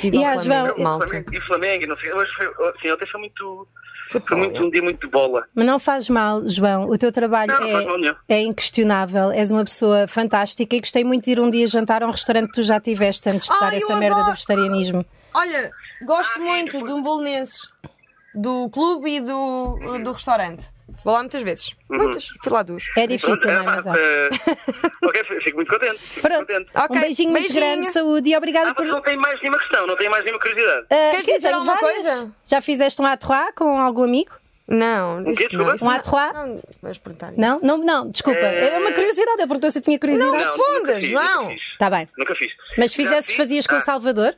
Speaker 1: Viva
Speaker 2: E
Speaker 1: o
Speaker 2: há,
Speaker 1: Flamengo,
Speaker 2: João,
Speaker 1: malta.
Speaker 5: E Flamengo, não sei. Hoje foi, sim, ontem foi muito. Foi
Speaker 1: é.
Speaker 5: muito, um dia muito de bola.
Speaker 2: Mas não faz mal, João. O teu trabalho
Speaker 5: Não, não faz mal nenhum.
Speaker 2: é, é inquestionável. És uma pessoa fantástica e gostei muito de ir um dia jantar a um restaurante que tu já tiveste antes de
Speaker 1: Ai,
Speaker 2: dar
Speaker 1: eu
Speaker 2: essa merda
Speaker 1: adoro.
Speaker 2: do vegetarianismo.
Speaker 1: Olha, gosto
Speaker 5: Ah,
Speaker 1: muito
Speaker 5: sim.
Speaker 1: do Bolonenses, do clube e do,
Speaker 5: Uhum.
Speaker 1: do restaurante. Vou lá muitas vezes. Muitas, fui lá duas.
Speaker 2: É difícil, não é,
Speaker 5: pá,
Speaker 2: mas há.
Speaker 5: eh, ok, fico- fico muito contente. Fico
Speaker 2: Pronto,
Speaker 5: contente.
Speaker 1: Ok,
Speaker 2: um beijinho, muito
Speaker 1: beijinho.
Speaker 2: grande, saúde e obrigada
Speaker 5: Ah,
Speaker 2: por.
Speaker 5: mas não tem mais nenhuma questão, não tem mais nenhuma curiosidade.
Speaker 2: Ah,
Speaker 1: Queres
Speaker 2: quer
Speaker 1: dizer
Speaker 2: tenho
Speaker 1: alguma
Speaker 2: várias.
Speaker 1: coisa?
Speaker 2: Já fizeste um atroá com algum amigo?
Speaker 1: Não,
Speaker 5: quê?
Speaker 1: isso não.
Speaker 5: Desculpa?
Speaker 1: Isso
Speaker 2: Um
Speaker 1: não-
Speaker 2: atroá?
Speaker 1: Não, vais perguntar isso.
Speaker 2: Não, não, não, desculpa.
Speaker 5: Eh,
Speaker 2: Era uma curiosidade, eu perguntou se eu tinha
Speaker 1: É- Não,
Speaker 2: curiosidade.
Speaker 1: mas- respondas,
Speaker 5: nunca fiz,
Speaker 1: João.
Speaker 5: Nunca fiz.
Speaker 2: Tá bem.
Speaker 5: Nunca fiz.
Speaker 2: Mas
Speaker 5: Já
Speaker 2: fizesses,
Speaker 5: fiz-
Speaker 2: fazias
Speaker 1: tá.
Speaker 2: com
Speaker 5: ah,
Speaker 2: o Salvador?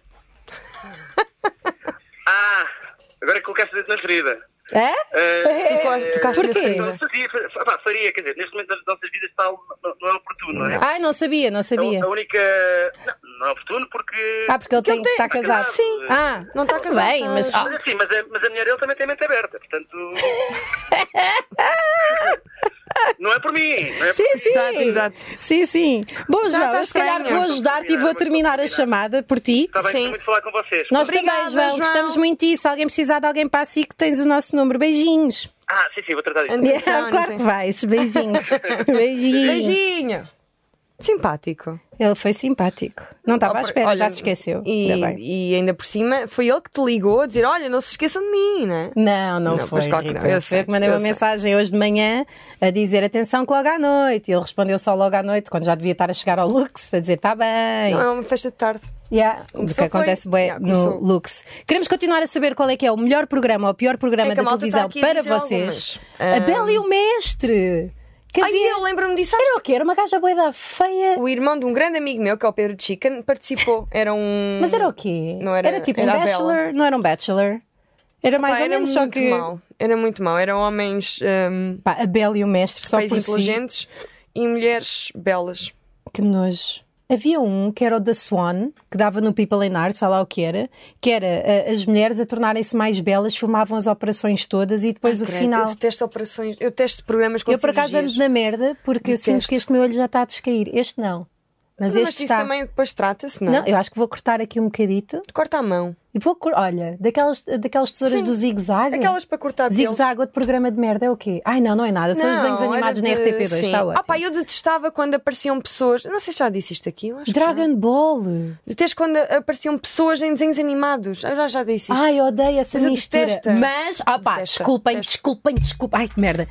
Speaker 5: Ah, agora colocaste o dedo na ferida.
Speaker 2: É?
Speaker 5: Eh,
Speaker 1: Tocaste- tocaste na
Speaker 5: eh,
Speaker 1: ferida.
Speaker 5: Fazia, fa- pá, faria, quer dizer, neste momento as nossas vidas está, não, não é oportuno, não é?
Speaker 2: Ai, não sabia, não Ah, sabia.
Speaker 5: A, a única. Não, não é oportuno porque.
Speaker 2: Ah, porque ele
Speaker 1: Então, ele
Speaker 2: tem-
Speaker 1: tem-
Speaker 2: está casado.
Speaker 1: Sim.
Speaker 2: Ah,
Speaker 1: Não está
Speaker 2: tudo
Speaker 1: casado,
Speaker 2: Bem,
Speaker 1: tá-
Speaker 2: mas. ah,
Speaker 5: Mas, assim, mas, a, mas a mulher dele também tem a mente aberta, portanto. não é por mim, não é por
Speaker 2: Sim, sim.
Speaker 1: Exato, exato.
Speaker 2: Sim, sim. Bom, João,
Speaker 1: tá
Speaker 2: eu se calhar
Speaker 1: estranho.
Speaker 2: vou ajudar-te e vou terminar a chamada por ti.
Speaker 5: Está
Speaker 1: Sim.
Speaker 5: bem, gostei muito de falar com vocês.
Speaker 2: Nós
Speaker 1: Tá Obrigada,
Speaker 2: também, João,
Speaker 1: João.
Speaker 2: gostamos muito disso. Se alguém precisar de alguém para a SIC, tens o nosso número. Beijinhos.
Speaker 5: Ah, sim, sim, vou tratar disso.
Speaker 1: Atenção,
Speaker 2: Yeah, claro
Speaker 1: Anisem.
Speaker 2: que vais. Beijinhos. Beijinhos.
Speaker 1: Beijinho. Simpático.
Speaker 2: Ele foi simpático. Não estava à espera,
Speaker 1: Olha,
Speaker 2: já se esqueceu.
Speaker 1: E,
Speaker 2: Ainda bem.
Speaker 1: e ainda por cima, foi ele que te ligou a dizer: Olha, não se esqueçam de mim, né?
Speaker 2: Não, não,
Speaker 1: Não,
Speaker 2: foi.
Speaker 1: pois claro que não.
Speaker 2: Rita. Foi
Speaker 1: Eu sei,
Speaker 2: que mandei
Speaker 1: eu
Speaker 2: uma
Speaker 1: sei.
Speaker 2: mensagem hoje de manhã a dizer atenção que logo à noite. E ele respondeu só logo à noite, quando já devia estar a chegar ao Lux, a dizer está bem.
Speaker 1: Não é uma festa de tarde.
Speaker 2: Yeah, o que
Speaker 1: Começou,
Speaker 2: acontece
Speaker 1: foi.
Speaker 2: bué
Speaker 1: Yeah,
Speaker 2: no
Speaker 1: começou.
Speaker 2: Lux. Queremos continuar a saber qual é que é o melhor programa ou o pior programa
Speaker 1: É que
Speaker 2: da
Speaker 1: a malta
Speaker 2: televisão
Speaker 1: tá aqui a
Speaker 2: para
Speaker 1: dizer
Speaker 2: vocês.
Speaker 1: algumas.
Speaker 2: A
Speaker 1: Ah.
Speaker 2: Bela e o Mestre. Que
Speaker 1: Ai,
Speaker 2: havia-
Speaker 1: eu lembro-me disso. sabes?
Speaker 2: Era o quê? Era uma gaja boeda feia.
Speaker 1: O irmão de um grande amigo meu, que é o Pedro Chicken, participou. Era um.
Speaker 2: Mas era o quê?
Speaker 1: Não era-
Speaker 2: tipo
Speaker 1: era
Speaker 2: um
Speaker 1: a Bela.
Speaker 2: bachelor? Não era um bachelor? Era mais
Speaker 1: Pá,
Speaker 2: ou
Speaker 1: era
Speaker 2: menos,
Speaker 1: muito
Speaker 2: só que.
Speaker 1: mau. Era muito mau. Eram homens hum,
Speaker 2: Pá, a Bela e o Mestre, só
Speaker 1: feios
Speaker 2: por si.
Speaker 1: inteligentes e mulheres belas.
Speaker 2: Que nojo. Havia um que era o da Swan, que dava no People in Arts, sei lá o que era, que era ah, as mulheres a tornarem-se mais belas, filmavam as operações todas e depois o
Speaker 1: Credo, tipo
Speaker 2: final.
Speaker 1: Eu detesto operações, eu detesto programas com
Speaker 2: Eu por acaso ando
Speaker 1: cirurgias.
Speaker 2: na merda porque
Speaker 1: Detesto.
Speaker 2: sinto que este meu olho já está a descair. Este não. Mas
Speaker 1: Não,
Speaker 2: este
Speaker 1: isso
Speaker 2: está.
Speaker 1: também depois trata-se, não?
Speaker 2: Não,
Speaker 1: é?
Speaker 2: eu acho que vou cortar aqui um bocadito
Speaker 1: Corta a mão.
Speaker 2: e vou. cor- Olha, daquelas, daquelas tesouras
Speaker 1: Sim.
Speaker 2: do zigue-zague.
Speaker 1: Aquelas para cortar pelos.
Speaker 2: Zigue-zague, outro programa de merda é o quê? Ai não, não é nada, são os desenhos
Speaker 1: era
Speaker 2: animados na
Speaker 1: de-
Speaker 2: RTP2,
Speaker 1: sim.
Speaker 2: está ótimo.
Speaker 1: Ah pá, eu detestava quando apareciam pessoas. eu Não sei se já disse isto aqui, eu acho que. já.
Speaker 2: Dragon Ball!
Speaker 1: Detesto quando apareciam pessoas em desenhos animados. Eu já, já disse isto.
Speaker 2: Ai, eu odeio essa
Speaker 1: Mas eu
Speaker 2: mistura.
Speaker 1: detesto.
Speaker 2: Mas, ah pá,
Speaker 1: Detesto,
Speaker 2: desculpem,
Speaker 1: detesto.
Speaker 2: desculpem, desculpem. Ai que merda.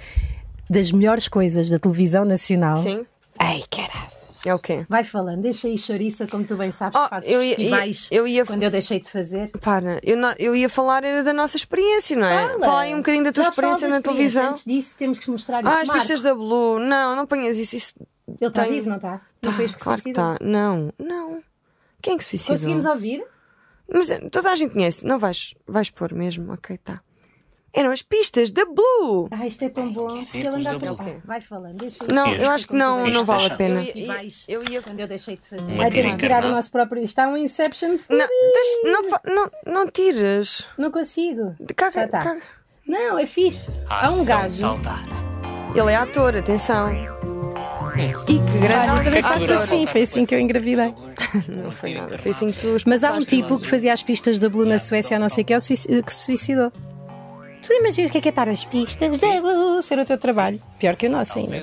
Speaker 2: Das melhores coisas da televisão nacional.
Speaker 1: Sim.
Speaker 2: Ai, caraças.
Speaker 1: É o quê?
Speaker 2: Vai falando, deixa aí chouriça, como tu bem sabes
Speaker 1: Oh,
Speaker 2: que fazes
Speaker 1: eu ia-
Speaker 2: festivais
Speaker 1: ia- eu ia-
Speaker 2: quando eu deixei de fazer.
Speaker 1: Para, eu, não- eu ia falar era da nossa experiência, não é?
Speaker 2: Fala.
Speaker 1: Fala aí um bocadinho da tua
Speaker 2: Já
Speaker 1: experiência
Speaker 2: fala da
Speaker 1: na televisão.
Speaker 2: Antes disso, temos que mostrar
Speaker 1: Ah, as
Speaker 2: isto.
Speaker 1: pistas da Blue. Não, não ponhas isso. isso...
Speaker 2: Ele está
Speaker 1: tenho-
Speaker 2: vivo, não está?
Speaker 1: Tá,
Speaker 2: Não foi este que
Speaker 1: claro que
Speaker 2: suicidou?
Speaker 1: está. Não, não. Quem é que se suicidou?
Speaker 2: Conseguimos ouvir?
Speaker 1: Mas eh, toda a gente conhece. Não vais, vais pôr mesmo. Ok, tá. Eram as pistas da Blue.
Speaker 2: Ah, isto é tão bom. Porque ele anda a trocar. Vai falando, deixa
Speaker 1: Não,
Speaker 2: aí.
Speaker 1: eu acho que não,
Speaker 2: Isto
Speaker 1: não vale a
Speaker 6: está
Speaker 1: pena.
Speaker 2: chato. Eu ia-
Speaker 1: eu ia
Speaker 2: Quando eu deixei de fazer.
Speaker 6: Uma
Speaker 2: Ai, temos
Speaker 6: tira
Speaker 2: que tirar é o
Speaker 6: interna.
Speaker 2: nosso próprio. Isto é um Inception.
Speaker 1: Não, deixa- não, fa- não, não tires.
Speaker 2: Não consigo.
Speaker 1: De- Caga,
Speaker 2: Já tá.
Speaker 1: caga.
Speaker 2: Não, é fixe.
Speaker 1: Ah,
Speaker 2: Há um
Speaker 6: Ação
Speaker 2: gajo.
Speaker 6: Saudade.
Speaker 1: Ele é ator, atenção. E que grande
Speaker 2: Olha, eu também
Speaker 1: ator.
Speaker 2: faço assim. Foi assim que eu engravidei.
Speaker 1: Não foi nada. Foi assim que tu os
Speaker 2: Mas há um
Speaker 1: passaste.
Speaker 2: tipo que fazia as pistas da Blue na Suécia, ou não sei o que, que se suicidou. Tu imaginas o que é que é estar as pistas da Blue ser o teu trabalho? Pior que o nosso ainda.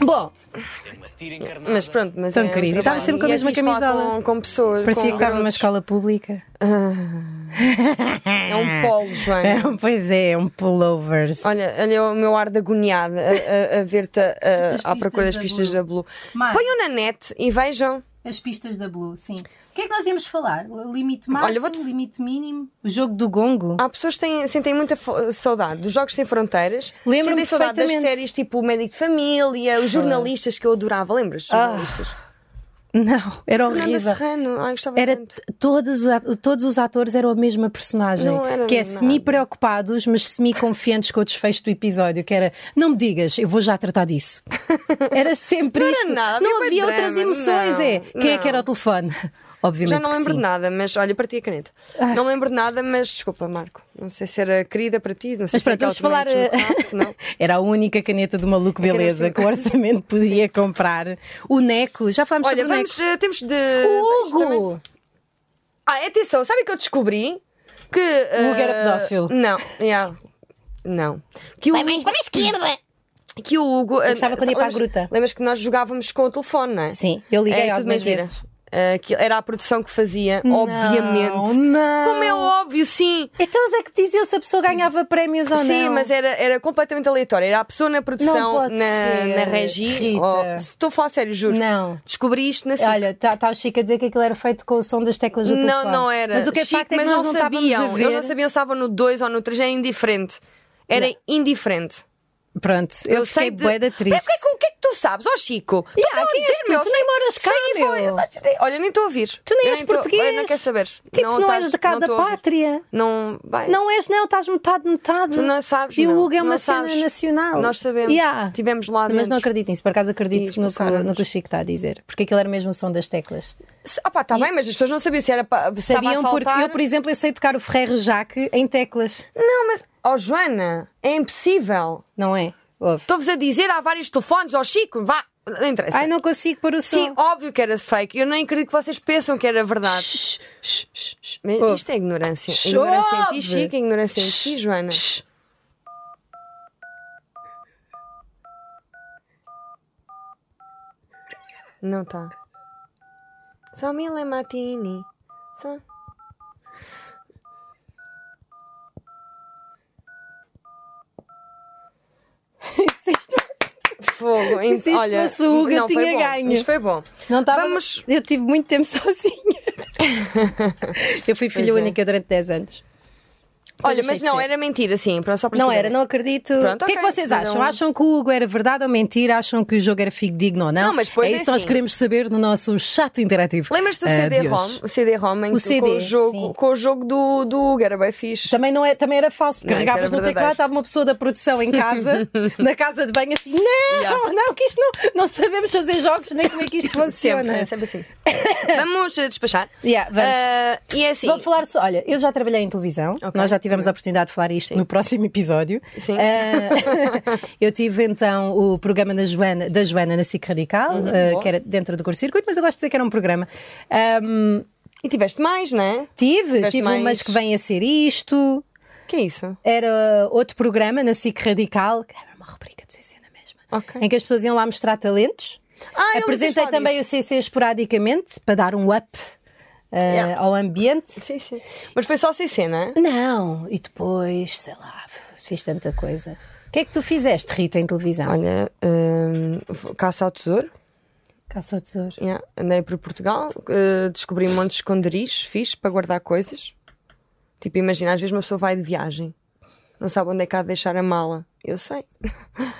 Speaker 2: Bom,
Speaker 1: é Mas pronto, mas
Speaker 2: Tão
Speaker 1: é um
Speaker 2: querido. E estava
Speaker 1: trabalho.
Speaker 2: sempre com a
Speaker 1: E é
Speaker 2: mesma
Speaker 1: fixe falar
Speaker 2: camisola.
Speaker 1: Com, com pessoas.
Speaker 2: parecia que
Speaker 1: com
Speaker 2: estava numa
Speaker 1: garotos.
Speaker 2: escola pública.
Speaker 1: É um polo, Joana.
Speaker 2: pois é, um pullovers.
Speaker 1: Olha, olha o meu ar de agoniada a, a- a ver-te a- a-
Speaker 2: As
Speaker 1: à procura
Speaker 2: pistas
Speaker 1: das
Speaker 2: da
Speaker 1: pistas
Speaker 2: Blue.
Speaker 1: da Blue.
Speaker 2: Mas-
Speaker 1: Ponham na net e vejam.
Speaker 2: As pistas da Blue, sim. O que é que nós íamos falar? O limite máximo,
Speaker 1: Olha, vou-te-
Speaker 2: o limite mínimo? O jogo do gongo?
Speaker 1: Há pessoas que têm, sentem muita fo- saudade dos Jogos Sem Fronteiras.
Speaker 2: Lembro-me
Speaker 1: sentem saudade das
Speaker 2: perfeitamente.
Speaker 1: séries tipo o Médico de Família, os jornalistas que eu adorava. Lembras? Os Jornalistas.
Speaker 2: Não, era
Speaker 1: Fernanda
Speaker 2: Ah, horrível.
Speaker 1: Serrano. Ai, gostava
Speaker 2: Era
Speaker 1: tanto.
Speaker 2: t- todos, os at- todos os atores eram a mesma personagem,
Speaker 1: Não era
Speaker 2: que é
Speaker 1: nada.
Speaker 2: semi-preocupados, mas semi-confiantes com o desfecho do episódio, que era não me digas, eu vou já tratar disso. Era sempre
Speaker 1: Não era
Speaker 2: isto.
Speaker 1: nada,
Speaker 2: não
Speaker 1: nem
Speaker 2: havia
Speaker 1: foi
Speaker 2: outras
Speaker 1: drama,
Speaker 2: emoções, é.
Speaker 1: não,
Speaker 2: Quem é que
Speaker 1: não.
Speaker 2: era o telefone? Obviamente.
Speaker 1: Já não
Speaker 2: que
Speaker 1: lembro
Speaker 2: sim.
Speaker 1: de nada, mas olha, parti a caneta.
Speaker 2: Ah.
Speaker 1: Não lembro de nada, mas desculpa, Marco. Não sei se era querida para ti, não sei
Speaker 2: Mas
Speaker 1: se é
Speaker 2: pronto, vamos falar.
Speaker 1: aquela também
Speaker 2: eh,
Speaker 1: te chocou, se não.
Speaker 2: Era a única caneta do maluco beleza
Speaker 1: assim.
Speaker 2: que o orçamento podia comprar. O Neco, já falámos
Speaker 1: Olha,
Speaker 2: sobre o Neco.
Speaker 1: vamos, eh, temos de.
Speaker 2: O
Speaker 1: isto também-
Speaker 2: Hugo!
Speaker 1: Ah, atenção, sabem que eu descobri que. O
Speaker 2: Hugo era pedófilo.
Speaker 1: Não, yeah, não. Que o,
Speaker 3: Vai mais para a esquerda.
Speaker 1: que o Hugo. Eu
Speaker 2: gostava quando ia para a gruta.
Speaker 1: Lembras que nós jogávamos com o telefone, não é?
Speaker 2: Sim, eu liguei
Speaker 1: é, tudo
Speaker 2: algumas
Speaker 1: mentira.
Speaker 2: vezes.
Speaker 1: Eh, que era a produção que fazia, obviamente.
Speaker 2: Não.
Speaker 1: Como é óbvio, sim.
Speaker 2: Então, os é que diziam se a pessoa ganhava prémios ou não.
Speaker 1: Sim, mas é era, era completamente aleatório. Era a pessoa na
Speaker 2: Não
Speaker 1: produção,
Speaker 2: pode
Speaker 1: na,
Speaker 2: ser,
Speaker 1: na regi.
Speaker 2: Rita.
Speaker 1: ou- se Estou a falar sério, juro.
Speaker 2: Não.
Speaker 1: Descobri isto na
Speaker 2: Olha, está tá o Chico a dizer que aquilo era feito com o som das teclas do
Speaker 1: assim. Não,
Speaker 2: telefone.
Speaker 1: não era.
Speaker 2: Mas o que é
Speaker 1: Chico,
Speaker 2: facto é que
Speaker 1: mas
Speaker 2: nós não, estávamos
Speaker 1: sabiam.
Speaker 2: a ver.
Speaker 1: Eles não sabiam se estavam no 2 ou no 3, era indiferente. Era indiferente.
Speaker 2: Pronto, eu, fiquei bué da triste.
Speaker 1: Mas o que, é que- o que é que tu sabes? Ó Chico, tu
Speaker 2: Yeah,
Speaker 1: estás a
Speaker 2: quem és
Speaker 1: dizer,
Speaker 2: tu?
Speaker 1: meu,
Speaker 2: Tu
Speaker 1: sei-
Speaker 2: nem moras cá,
Speaker 1: sei,
Speaker 2: meu.
Speaker 1: vou- eh, Olha, nem estou a ouvir.
Speaker 2: Tu nem
Speaker 1: Eu
Speaker 2: és
Speaker 1: tô-
Speaker 2: português.
Speaker 1: Eu não quero saber.
Speaker 2: Tipo, não,
Speaker 1: estás-
Speaker 2: és de cá
Speaker 1: não
Speaker 2: da
Speaker 1: estou a ouvir.
Speaker 2: pátria.
Speaker 1: Não, vai.
Speaker 2: Não és, não, estás metade, metade.
Speaker 1: Tu não sabes,
Speaker 2: E o
Speaker 1: não.
Speaker 2: Hugo é
Speaker 1: Tu
Speaker 2: uma
Speaker 1: não
Speaker 2: cena
Speaker 1: sabes.
Speaker 2: nacional.
Speaker 1: Nós sabemos.
Speaker 2: Yeah.
Speaker 1: Tivemos lá
Speaker 2: Mas não
Speaker 1: dentro.
Speaker 2: acredito nisso, por acaso
Speaker 1: E
Speaker 2: acredito no que,
Speaker 1: expulsaram-nos.
Speaker 2: no que o Chico está a dizer. Porque aquilo era mesmo o som das teclas.
Speaker 1: Se- Ah pá, está bem, mas as pessoas não sabiam se era para. se estava a
Speaker 2: Sabiam, porque
Speaker 1: assaltar.
Speaker 2: eu, por exemplo, eu sei tocar o Ferreiro Jaque em teclas,
Speaker 1: Não, mas. Ó Joana, é impossível.
Speaker 2: não é? Ouve.
Speaker 1: Estou-vos a dizer, há vários telefones, ó Chico, vá. Não interessa.
Speaker 2: Ai, não consigo pôr o som.
Speaker 1: Sim, óbvio que era fake. Eu nem acredito que vocês pensam que era verdade. Mas
Speaker 2: Oh.
Speaker 1: isto é ignorância.
Speaker 2: Chove.
Speaker 1: Ignorância em ti, Chico, ignorância em ti, Joana. Não tá. Só mille matini. Só. Fogo, em-
Speaker 2: Se isto
Speaker 1: olha,
Speaker 2: fosse o Hugo, eu
Speaker 1: não, foi
Speaker 2: tinha
Speaker 1: bom.
Speaker 2: ganho.
Speaker 1: Isto foi bom.
Speaker 2: Não estava.
Speaker 1: Vamos-
Speaker 2: Eu tive muito tempo sozinha. eu fui filha
Speaker 1: Pois é.
Speaker 2: única durante 10 anos.
Speaker 1: Olha,
Speaker 2: achei
Speaker 1: mas
Speaker 2: de
Speaker 1: não,
Speaker 2: ser.
Speaker 1: era mentira, sim, para- só para
Speaker 2: Não
Speaker 1: saber.
Speaker 2: era, não acredito.
Speaker 1: é Pronto,
Speaker 2: o que é que
Speaker 1: ok,
Speaker 2: vocês
Speaker 1: cada
Speaker 2: acham?
Speaker 1: um.
Speaker 2: Acham que o Hugo era verdade ou mentira? Acham que o jogo era digno ou não?
Speaker 1: Não, mas depois
Speaker 2: é
Speaker 1: é
Speaker 2: isso que nós
Speaker 1: assim.
Speaker 2: queremos saber no nosso chat interativo.
Speaker 1: Lembras-te do
Speaker 2: eh, de
Speaker 1: CD-ROM?
Speaker 2: hoje.
Speaker 1: O CD-ROM em
Speaker 2: O
Speaker 1: que com
Speaker 2: CD,
Speaker 1: o jogo,
Speaker 2: sim.
Speaker 1: com o jogo do, do Hugo, era bem fixe.
Speaker 2: Também, não é, também era falso, porque
Speaker 1: Não, isso
Speaker 2: carregavas
Speaker 1: era
Speaker 2: no
Speaker 1: verdadeiro.
Speaker 2: teclado, estava uma pessoa da produção em casa, na casa de banho, assim: não,
Speaker 1: Yeah.
Speaker 2: não, que isto não, não sabemos fazer jogos, nem como é que isto
Speaker 1: Sempre,
Speaker 2: funciona.
Speaker 1: é sempre assim. vamos eh, despachar.
Speaker 2: Yeah, vamos.
Speaker 1: Ah, e é assim.
Speaker 2: Vou falar só, olha, eu já trabalhei em televisão, nós já tivemos a oportunidade de falar isto no próximo episódio.
Speaker 1: Sim.
Speaker 2: Ah, eu tive então o programa da Joana, da Joana na SIC Radical, ah,
Speaker 1: Uhum. boa.
Speaker 2: que era dentro do curto-circuito, mas eu gosto de dizer que era um programa. Ahm,
Speaker 1: E tiveste mais, não é?
Speaker 2: tive,
Speaker 1: Gosto
Speaker 2: tive
Speaker 1: mais.
Speaker 2: umas que vêm a ser isto,
Speaker 1: Que é isso?
Speaker 2: era outro programa na SIC Radical, que era uma rubrica do CC na mesma,
Speaker 1: Ok.
Speaker 2: em que as pessoas iam lá mostrar talentos.
Speaker 1: Ah, eu
Speaker 2: Apresentei
Speaker 1: lembro-me
Speaker 2: também
Speaker 1: disso.
Speaker 2: o CC esporadicamente para dar um up ah,
Speaker 1: Yeah.
Speaker 2: ao ambiente.
Speaker 1: Sim, sim. Mas foi só CC, não é?
Speaker 2: Não, e depois, sei lá, fiz tanta coisa. O que é que tu fizeste, Rita, em televisão?
Speaker 1: Olha, hum, caça ao tesouro.
Speaker 2: Caça ao tesouro.
Speaker 1: Yeah, Andei para Portugal, eh, descobri um monte de esconderijos fixe para guardar coisas. Tipo, imagina, às vezes uma pessoa vai de viagem, não sabe onde é que há de deixar a mala. Eu sei.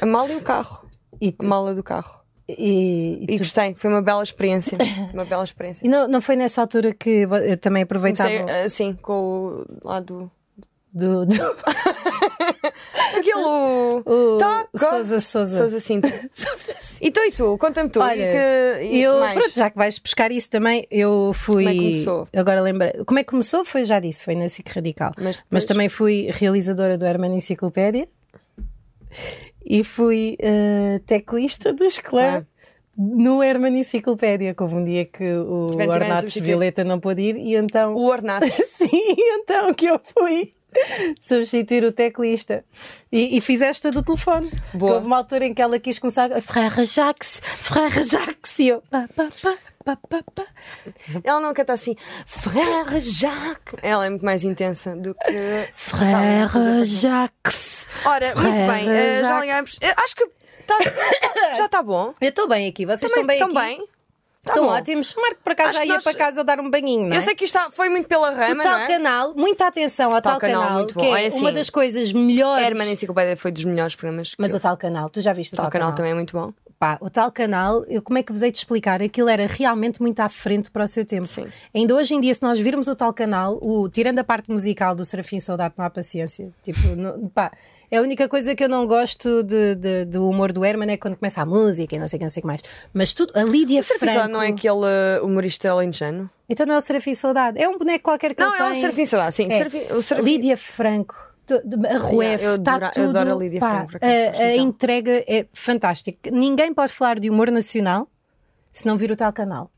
Speaker 1: A mala e o carro.
Speaker 2: E,
Speaker 1: A
Speaker 2: tu-
Speaker 1: mala do carro.
Speaker 2: e- e
Speaker 1: E
Speaker 2: tu-
Speaker 1: gostei, foi uma bela experiência. Uma bela experiência.
Speaker 2: e não, não foi nessa altura que vo- eu também tá aproveitava
Speaker 1: Comecei, eh, assim, com o lado.
Speaker 2: do, do,
Speaker 1: Aquele. o-
Speaker 2: o
Speaker 1: Toca.
Speaker 2: Sousa Sousa.
Speaker 1: Sousa Sintra. E tu e tu? Conta-me tu. e
Speaker 2: Olha,
Speaker 1: que, e
Speaker 2: Eu,
Speaker 1: mais?
Speaker 2: pronto, já que vais buscar isso também, eu fui.
Speaker 1: Como é que começou?
Speaker 2: Agora lembra. Como é que começou? Foi já disso, foi na SIC Radical.
Speaker 1: Mas depois-
Speaker 2: também fui realizadora do Herman Enciclopédia e fui eh, teclista do Esclã.
Speaker 1: Ah.
Speaker 2: No Herman Enciclopédia, que houve um dia que o
Speaker 1: Tiveram- tiveram de
Speaker 2: Ornatos
Speaker 1: substituir.
Speaker 2: Violeta não pôde ir, e então.
Speaker 1: O ornato.
Speaker 2: Sim, e então que eu fui substituir o teclista. E, e fiz esta do telefone.
Speaker 1: Boa.
Speaker 2: Que Houve uma altura em que ela quis começar a Frère Jacques, Frère Jacques, e eu. Pá, pá, pá, pá, pá, pá.
Speaker 1: Ela não canta assim, Frère Jacques. Ela é muito mais intensa do que.
Speaker 2: Tá Frère Jacques.
Speaker 1: Ora, muito
Speaker 2: Frère
Speaker 1: bem, eh, já
Speaker 2: Jacques.
Speaker 1: ligamos. Eh, Acho que tá- tá- já está bom.
Speaker 2: Eu estou bem aqui, vocês
Speaker 1: Também,
Speaker 2: estão bem aqui?
Speaker 1: bem. Tá
Speaker 2: estão
Speaker 1: bom.
Speaker 2: ótimos. O Marco, por acaso,
Speaker 1: Acho
Speaker 2: já
Speaker 1: que
Speaker 2: ia
Speaker 1: nós-
Speaker 2: para casa dar um banhinho. Não é?
Speaker 1: Eu sei que isto tá- foi muito pela
Speaker 2: o
Speaker 1: rama,
Speaker 2: tal
Speaker 1: não é?
Speaker 2: canal, muita atenção ao
Speaker 1: Tal
Speaker 2: tal,
Speaker 1: Canal,
Speaker 2: canal,
Speaker 1: muito
Speaker 2: que
Speaker 1: bom.
Speaker 2: é
Speaker 1: É assim,
Speaker 2: uma das coisas melhores.
Speaker 1: Herman Enciclopédia foi dos melhores programas. que
Speaker 2: Mas
Speaker 1: eu-
Speaker 2: o tal canal, tu já viste o
Speaker 1: tal canal também é muito bom.
Speaker 2: Pá, o tal canal, eu como é que vos hei de explicar? Aquilo era realmente muito à frente para o seu tempo.
Speaker 1: Sim.
Speaker 2: Ainda hoje em dia, se nós virmos o tal canal, o, tirando a parte musical do Serafim Saudade, não há paciência. Tipo, não- pá, é a única coisa que eu não gosto de, de- do humor do Herman é quando começa a música e não sei o que, não sei o que mais. Mas tudo, a Lídia
Speaker 1: Serafim
Speaker 2: Franco...
Speaker 1: Saudade não é aquele eh, humorista alentejano?
Speaker 2: Então não é o Serafim Saudade, é um boneco qualquer que
Speaker 1: Não,
Speaker 2: ele
Speaker 1: é o
Speaker 2: tem.
Speaker 1: Serafim Saudade, sim.
Speaker 2: É.
Speaker 1: Serafim- o Serafim-
Speaker 2: Lídia Franco. tu- de- A Ruef,
Speaker 1: eu
Speaker 2: tá
Speaker 1: adora- eu
Speaker 2: tudo,
Speaker 1: adoro a Lídia
Speaker 2: pá,
Speaker 1: Franco, por acaso,
Speaker 2: a-
Speaker 1: acho
Speaker 2: a
Speaker 1: legal.
Speaker 2: entrega é fantástica. Ninguém pode falar de humor nacional se não vir o tal canal.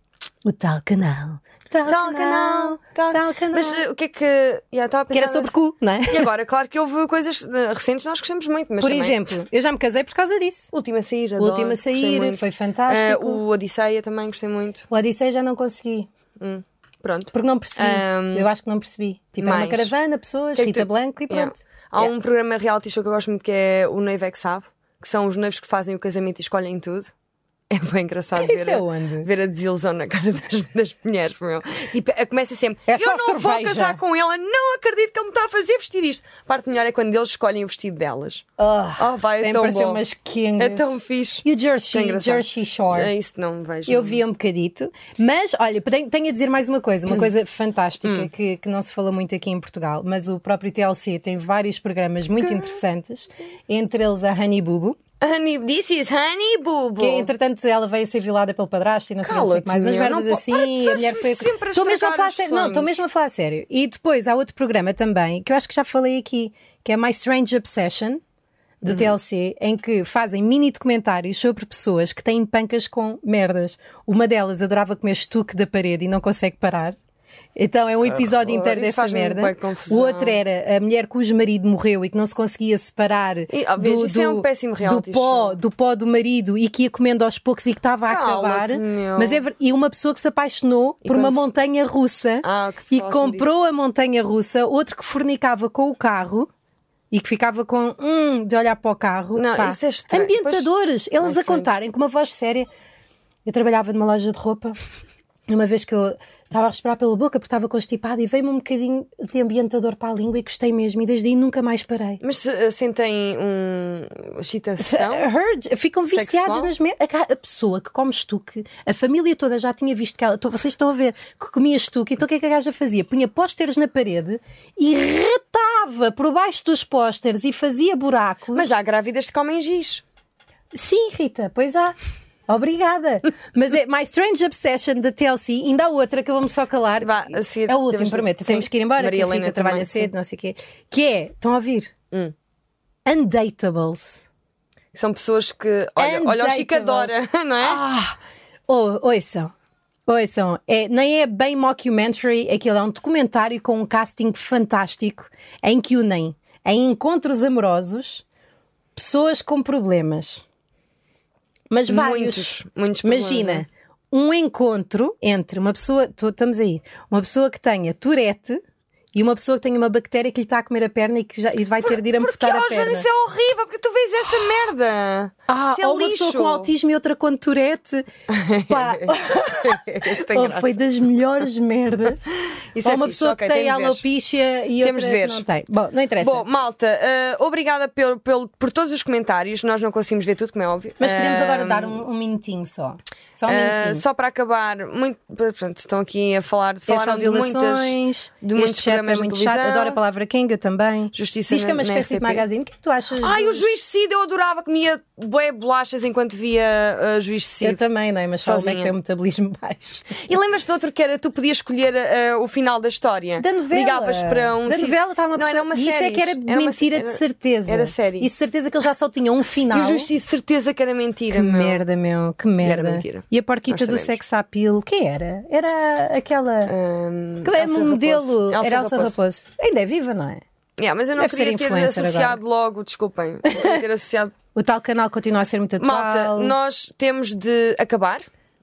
Speaker 2: O tal canal. Tal,
Speaker 1: Tal canal, tal,
Speaker 2: canal.
Speaker 1: Mas eh, o que é que. Yeah, tava a
Speaker 2: que era
Speaker 1: pensar-
Speaker 2: sobre cu, não é?
Speaker 1: E agora, claro que houve coisas eh, recentes que nós gostamos muito, mas
Speaker 2: Por
Speaker 1: também-
Speaker 2: exemplo, eu já me casei por causa disso.
Speaker 1: Última a sair,
Speaker 2: O
Speaker 1: adoro,
Speaker 2: Última a
Speaker 1: gostei
Speaker 2: sair,
Speaker 1: muito.
Speaker 2: foi fantástico.
Speaker 1: Eh, o Odisseia também gostei muito.
Speaker 2: O Odisseia já não consegui,
Speaker 1: Pronto.
Speaker 2: porque não percebi.
Speaker 1: Ahm,
Speaker 2: eu acho que não percebi. Tipo, era uma
Speaker 1: mais.
Speaker 2: caravana, pessoas,
Speaker 1: Que é que
Speaker 2: Rita
Speaker 1: tu-
Speaker 2: Blanco e
Speaker 1: Yeah.
Speaker 2: pronto.
Speaker 1: Há
Speaker 2: Yeah.
Speaker 1: um programa reality show que eu gosto muito que é O Noivo é que Sabe, que são os noivos que fazem o casamento e escolhem tudo. É bem engraçado ver,
Speaker 2: Isso é
Speaker 1: a-
Speaker 2: onde?
Speaker 1: ver a desilusão na cara das, das mulheres, meu. Tipo, a- começa sempre,
Speaker 2: É só
Speaker 1: eu não vou
Speaker 2: cerveja."
Speaker 1: casar com ela, não acredito que ele me está a fazer vestir isto. A parte melhor é quando eles escolhem o vestido delas.
Speaker 2: Ah,
Speaker 1: Oh, vai, é
Speaker 2: tem
Speaker 1: tão
Speaker 2: parecer
Speaker 1: bom.
Speaker 2: umas quengas.
Speaker 1: É tão fixe.
Speaker 2: E o Jersey,
Speaker 1: Tão engraçado.
Speaker 2: Jersey Shore.
Speaker 1: É isso, não vejo.
Speaker 2: Eu vi um bocadito, mas olha, porém, tenho a dizer mais uma coisa, uma coisa fantástica que, que não se fala muito aqui em Portugal, mas o próprio TLC tem vários programas muito interessantes, entre eles a Honey Bubu,
Speaker 1: Honey, this is honey, bubo.
Speaker 2: que entretanto ela veio a ser violada pelo padrasto e não sei não sei o que mais, mas
Speaker 1: Cala-te, meu,
Speaker 2: merdas
Speaker 1: não
Speaker 2: assim,
Speaker 1: po- Ai,
Speaker 2: a
Speaker 1: pessoas
Speaker 2: mulher foi.
Speaker 1: sempre a
Speaker 2: Estou mesmo a
Speaker 1: estragar
Speaker 2: falar
Speaker 1: os
Speaker 2: sério, não, estou
Speaker 1: sonhos.
Speaker 2: mesmo a falar sério. E depois há outro programa também que eu acho que já falei aqui, que é My Strange Obsession.
Speaker 1: Hum.
Speaker 2: Do TLC, em que fazem mini documentários sobre pessoas que têm pancas com merdas. Uma delas adorava comer estuque da parede e não consegue parar. Então é um episódio
Speaker 1: horror,
Speaker 2: inteiro
Speaker 1: Ah, isso
Speaker 2: dessa
Speaker 1: faz-me
Speaker 2: merda.
Speaker 1: bué
Speaker 2: O
Speaker 1: confusão.
Speaker 2: outro era a mulher cujo marido morreu e que não se conseguia separar
Speaker 1: ó, vês, isso é um péssimo
Speaker 2: do
Speaker 1: reality
Speaker 2: pó
Speaker 1: show.
Speaker 2: do pó do marido e que ia comendo aos poucos e que estava a acabar.
Speaker 1: Cala-te, meu.
Speaker 2: Mas é ver- e uma pessoa que se apaixonou por uma
Speaker 1: quando se-
Speaker 2: montanha russa
Speaker 1: Ah, que tu
Speaker 2: e
Speaker 1: falaste-me
Speaker 2: comprou a montanha russa, outro que fornicava com o carro. E que ficava com hum de olhar para o carro.
Speaker 1: Não,
Speaker 2: Pá,
Speaker 1: isso é estranho.
Speaker 2: Ambientadores,
Speaker 1: Pois-
Speaker 2: eles
Speaker 1: Ai,
Speaker 2: a contarem com uma voz séria. Eu trabalhava numa loja de roupa, uma vez que eu Estava a respirar pela boca porque estava constipada e veio-me um bocadinho de ambientador para a língua e gostei mesmo. E desde aí nunca mais parei.
Speaker 1: Mas se, eh, sentem um excitação?
Speaker 2: Heard, Eh, ficam viciados
Speaker 1: Sexual?
Speaker 2: nas mer... a, ca- a pessoa que come estuque, a família toda já tinha visto que ela. Então, vocês estão a ver que comia estuque, então o que é que a gaja fazia? Punha pósteres na parede e retava por baixo dos pósteres e fazia buracos.
Speaker 1: Mas há grávidas que comem giz.
Speaker 2: Sim, Rita, pois há. Obrigada. Mas é My Strange Obsession da TLC, ainda há outra que eu vou-me só calar.
Speaker 1: Vá, a seguir
Speaker 2: é o último,
Speaker 1: temos-
Speaker 2: prometo.
Speaker 1: sim.
Speaker 2: Temos que ir embora,
Speaker 1: Maria
Speaker 2: que a Rita
Speaker 1: Helena
Speaker 2: trabalha
Speaker 1: também,
Speaker 2: cedo,
Speaker 1: sim.
Speaker 2: não sei o quê. Que é, estão a ouvir?
Speaker 1: Hum.
Speaker 2: Undateables.
Speaker 1: São pessoas que. Olha, olha o Chico adora, não é?
Speaker 2: Ah, ou, ouçam. Ouçam, é, nem é bem mockumentary, aquilo é um documentário com um casting fantástico em que unem em encontros amorosos pessoas com problemas. Mas vários.
Speaker 1: Muitos, muitos problemas. né?
Speaker 2: Imagina um encontro entre uma pessoa, tô- estamos aí, uma pessoa que tenha Tourette e uma pessoa que tenha uma bactéria que lhe está a comer a perna e que já, e vai ter de ir
Speaker 1: Porque,
Speaker 2: amputar a
Speaker 1: oh, Joana,
Speaker 2: perna.
Speaker 1: isso é horrível, porque tu vês essa merda.
Speaker 2: Ah,
Speaker 1: isso é
Speaker 2: ou uma
Speaker 1: lixo.
Speaker 2: pessoa com autismo e outra com Tourette. Pá,
Speaker 1: Isso tem
Speaker 2: oh,
Speaker 1: graça.
Speaker 2: foi das melhores merdas.
Speaker 1: Isso
Speaker 2: ou
Speaker 1: é
Speaker 2: uma
Speaker 1: fixe,
Speaker 2: pessoa
Speaker 1: ok,
Speaker 2: que tem
Speaker 1: tenho de ver.
Speaker 2: alopecia e
Speaker 1: Temos de
Speaker 2: outra
Speaker 1: ver.
Speaker 2: não tem. Bom, não interessa.
Speaker 1: Bom, malta, eh, obrigada pelo, pelo- por todos os comentários. Nós não conseguimos ver tudo, como é óbvio.
Speaker 2: Mas podemos
Speaker 1: Ah,
Speaker 2: agora dar um, um minutinho só. Só um
Speaker 1: ah,
Speaker 2: minutinho.
Speaker 1: só para acabar, muito, portanto, estão aqui a falar de,
Speaker 2: É só
Speaker 1: falaram de muitas.
Speaker 2: violações.
Speaker 1: de muitos
Speaker 2: este chat é
Speaker 1: programas de
Speaker 2: muito chato.
Speaker 1: televisão.
Speaker 2: Adoro a palavra King, eu também.
Speaker 1: Justiça
Speaker 2: Diz que é uma
Speaker 1: na- na
Speaker 2: espécie de
Speaker 1: RTP.
Speaker 2: magazine. O que é que tu achas?
Speaker 1: Ai,
Speaker 2: do-
Speaker 1: o juiz Cid, eu adorava, comia bué bolachas enquanto via uh, o juiz Cid.
Speaker 2: Eu também, não é? Mas só o é que
Speaker 1: Sozinha.
Speaker 2: tem um metabolismo baixo.
Speaker 1: E lembras-te de outro que era tu podias escolher eh, o final da história?
Speaker 2: Da novela.
Speaker 1: Ligavas para um.
Speaker 2: Da
Speaker 1: sítio-
Speaker 2: novela estava uma
Speaker 1: Não,
Speaker 2: pessoa.
Speaker 1: era uma
Speaker 2: e isso é
Speaker 1: série.
Speaker 2: que era,
Speaker 1: uma
Speaker 2: mentira
Speaker 1: série,
Speaker 2: de
Speaker 1: era-
Speaker 2: certeza.
Speaker 1: Era série.
Speaker 2: E de certeza que eles já só tinham um final.
Speaker 1: E o juiz Cid, certeza que era mentira,
Speaker 2: Que
Speaker 1: meu.
Speaker 2: merda, meu, que merda.
Speaker 1: mentira.
Speaker 2: E a porquita
Speaker 1: Nós
Speaker 2: do
Speaker 1: sabemos.
Speaker 2: sex appeal, que era? Era aquela.
Speaker 1: Ahm,
Speaker 2: que é
Speaker 1: Hum, Elsa
Speaker 2: um modelo.
Speaker 1: Raposo.
Speaker 2: Era Elsa Raposo. Ainda é viva, não é?
Speaker 1: Yeah, mas eu não
Speaker 2: Deve ser
Speaker 1: queria ter
Speaker 2: influencer
Speaker 1: associado logo, desculpem. Não queria ter associado.
Speaker 2: O tal canal continua a ser muito atual.
Speaker 1: Malta, nós temos de acabar.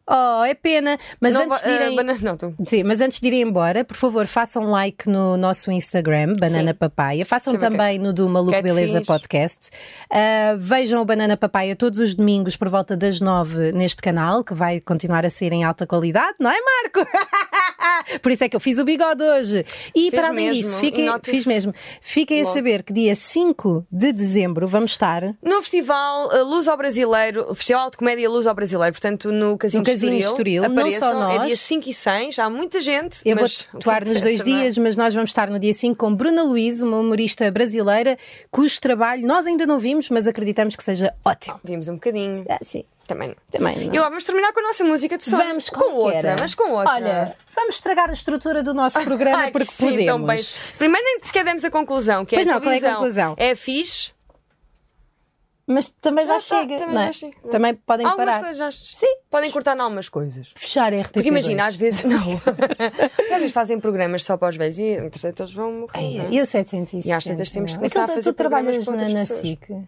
Speaker 2: Oh, é pena. Mas
Speaker 1: não,
Speaker 2: antes
Speaker 1: va-
Speaker 2: de
Speaker 1: ah,
Speaker 2: irem.
Speaker 1: bana- não, tu.
Speaker 2: Sim, mas antes de irem embora, por favor, façam like no nosso Instagram, Banana
Speaker 1: Sim.
Speaker 2: Papaya. Façam
Speaker 1: Deixa eu ver
Speaker 2: também no do Maluco
Speaker 1: Que é que
Speaker 2: Beleza
Speaker 1: fiz?
Speaker 2: Podcast. Ah, vejam o Banana Papaya todos os domingos por volta das nove neste canal, que vai continuar a ser em alta qualidade, não é, Marco? por isso é que eu fiz o bigode hoje. E
Speaker 1: Fez
Speaker 2: para além
Speaker 1: mesmo,
Speaker 2: disso, fiquem,
Speaker 1: note-se
Speaker 2: fiz mesmo. Fiquem a
Speaker 1: logo.
Speaker 2: saber que dia 5 de dezembro vamos estar
Speaker 1: No festival eh, Luz ao Brasileiro, Festival de Comédia Luz ao Brasileiro, portanto no Casino
Speaker 2: No Casino
Speaker 1: de
Speaker 2: Estoril, não
Speaker 1: apareçam,
Speaker 2: só nós.
Speaker 1: é dia 5 e 6, há muita gente.
Speaker 2: Eu
Speaker 1: mas o
Speaker 2: vou
Speaker 1: que
Speaker 2: atuar nos dois
Speaker 1: interessa, não é?
Speaker 2: dias, mas nós vamos estar no dia 5 com Bruna Luiz, uma humorista brasileira, cujo trabalho nós ainda não vimos, mas acreditamos que seja ótimo.
Speaker 1: Vimos um bocadinho,
Speaker 2: Ah, sim,
Speaker 1: também.
Speaker 2: também. Não.
Speaker 1: E lá vamos terminar com a nossa música de som.
Speaker 2: Vamos com, que
Speaker 1: outra,
Speaker 2: era?
Speaker 1: mas com outra.
Speaker 2: Olha, vamos estragar a estrutura do nosso programa
Speaker 1: Ai, que
Speaker 2: porque
Speaker 1: sim, tão bem.
Speaker 2: podemos.
Speaker 1: Primeiro nem sequer demos a conclusão, que
Speaker 2: Pois
Speaker 1: é a
Speaker 2: não, qual é a
Speaker 1: televisão.
Speaker 2: conclusão?
Speaker 1: É fixe.
Speaker 2: Mas também já,
Speaker 1: Já está,
Speaker 2: chega.
Speaker 1: também
Speaker 2: não é?
Speaker 1: já chega.
Speaker 2: Também podem
Speaker 1: Algumas
Speaker 2: parar.
Speaker 1: coisas já.
Speaker 2: Sim.
Speaker 1: Podem cortar em algumas coisas.
Speaker 2: Fechar a RTP.
Speaker 1: Porque imagina, às vezes. Não. Porque às vezes fazem programas só para os velhos e, entretanto, eles vão morrer. não é?
Speaker 2: E o 760.
Speaker 1: E às tantas temos de
Speaker 2: não é?
Speaker 1: começar a
Speaker 2: Aquilo
Speaker 1: fazer
Speaker 2: tu trabalhas
Speaker 1: programas com
Speaker 2: na,
Speaker 1: outras
Speaker 2: na
Speaker 1: pessoas.
Speaker 2: SIC.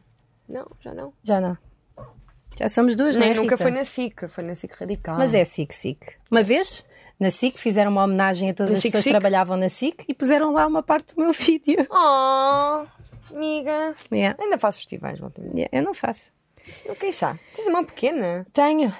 Speaker 1: Não, já não.
Speaker 2: Já não. Já somos duas, não
Speaker 1: Nem
Speaker 2: é,
Speaker 1: nunca
Speaker 2: Rita?
Speaker 1: foi na SIC, foi na SIC radical.
Speaker 2: Mas é SIC, SIC. Uma vez, na SIC, fizeram uma homenagem a todas
Speaker 1: Na
Speaker 2: as
Speaker 1: SIC,
Speaker 2: pessoas que
Speaker 1: SIC?
Speaker 2: trabalhavam na SIC e puseram lá uma parte do meu vídeo.
Speaker 1: Oh, amiga.
Speaker 2: Yeah,
Speaker 1: Ainda faço festivais, volta e meia.
Speaker 2: yeah, eu não faço.
Speaker 1: Eu Quem sabe? Tens a mão pequena.
Speaker 2: Tenho.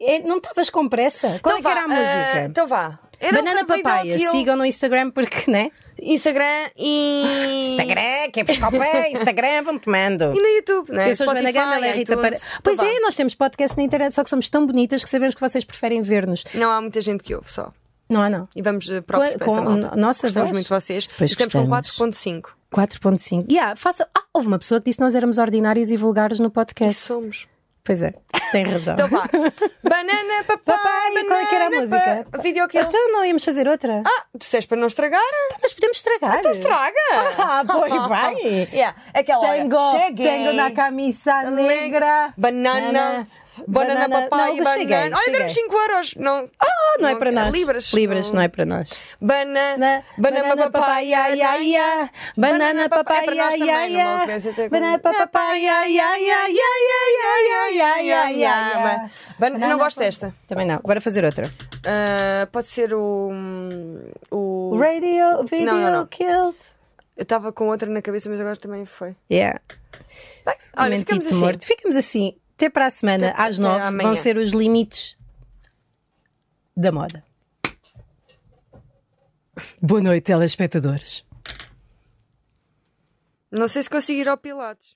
Speaker 2: É, não estavas com pressa? Qual é que
Speaker 1: vá,
Speaker 2: era a
Speaker 1: ah,
Speaker 2: música?
Speaker 1: então vá. Era o
Speaker 2: Banana
Speaker 1: convidado
Speaker 2: Papaya,
Speaker 1: que eu-
Speaker 2: sigam no Instagram porque, né?
Speaker 1: Instagram e.
Speaker 2: Instagram, que é pescopé, Instagram, vão tomando.
Speaker 1: E no YouTube, né?
Speaker 2: Eu sou a Joana
Speaker 1: Spotify,
Speaker 2: Gama, ela é a Rita Para.
Speaker 1: iTunes.
Speaker 2: Pois
Speaker 1: Então
Speaker 2: é, nós temos podcast na internet, só que somos tão bonitas que sabemos que vocês preferem ver-nos.
Speaker 1: vá. Não há muita gente que ouve só.
Speaker 2: Não há, não?
Speaker 1: E vamos eh, próprios
Speaker 2: é. Com-
Speaker 1: para essa
Speaker 2: com
Speaker 1: malta.
Speaker 2: a nossa
Speaker 1: Gostamos
Speaker 2: voz?
Speaker 1: muito de vocês.
Speaker 2: Pois
Speaker 1: Estamos com
Speaker 2: gostamos.
Speaker 1: 4.5.
Speaker 2: 4.5. Yeah, faça... Ah, houve uma pessoa que disse que nós éramos ordinários e vulgares no
Speaker 1: E
Speaker 2: podcast.
Speaker 1: somos.
Speaker 2: Pois é, tem razão.
Speaker 1: Então vá. Banana, papai,
Speaker 2: Papai,
Speaker 1: banana,
Speaker 2: qual é que era a música?
Speaker 1: pa- Video kill.
Speaker 2: Então não íamos fazer outra?
Speaker 1: Ah, disseste para não estragar?
Speaker 2: Então, mas podemos estragar.
Speaker 1: Então estraga!
Speaker 2: Ah, pois bem.
Speaker 1: Yeah, É aquela hora.
Speaker 2: Tengo,
Speaker 1: Cheguei.
Speaker 2: tengo na camisa negra.
Speaker 1: Banana, banana,
Speaker 2: banana.
Speaker 1: papai,
Speaker 2: Não, eu
Speaker 1: banana.
Speaker 2: cheguei,
Speaker 1: Olha,
Speaker 2: cheguei.
Speaker 1: demos 5 euros. Não,
Speaker 2: Ah, não é para nós.
Speaker 1: Libras.
Speaker 2: Libras, não é para nós.
Speaker 1: Banana,
Speaker 2: Na-
Speaker 1: banana, papai, ai, ai, ai.
Speaker 2: ai. Banana, papai,
Speaker 1: É para nós
Speaker 2: ai,
Speaker 1: também,
Speaker 2: ai,
Speaker 1: não vale a
Speaker 2: ai.
Speaker 1: pena ser ter como-
Speaker 2: Banana, papai, ai, ai, ai, ai, ai, ai, ai, ai, ai, ai.
Speaker 1: Banana- Não gosto
Speaker 2: papai.
Speaker 1: desta.
Speaker 2: Também não. Bora fazer outra.
Speaker 1: Ah, pode ser o.
Speaker 2: Tipo,
Speaker 1: o...
Speaker 2: Radio, video
Speaker 1: Não, não, não.
Speaker 2: killed.
Speaker 1: Eu estava com outra na cabeça, mas agora também foi.
Speaker 2: Yeah.
Speaker 1: Bem, olha,
Speaker 2: Mentito
Speaker 1: ficamos assim.
Speaker 2: morto. Ficamos assim. Até para a semana,
Speaker 1: Até-
Speaker 2: às
Speaker 1: até
Speaker 2: nove, vão
Speaker 1: amanhã.
Speaker 2: ser os limites da moda. Boa noite, telespectadores.
Speaker 1: Não sei se consigo ir ao Pilates.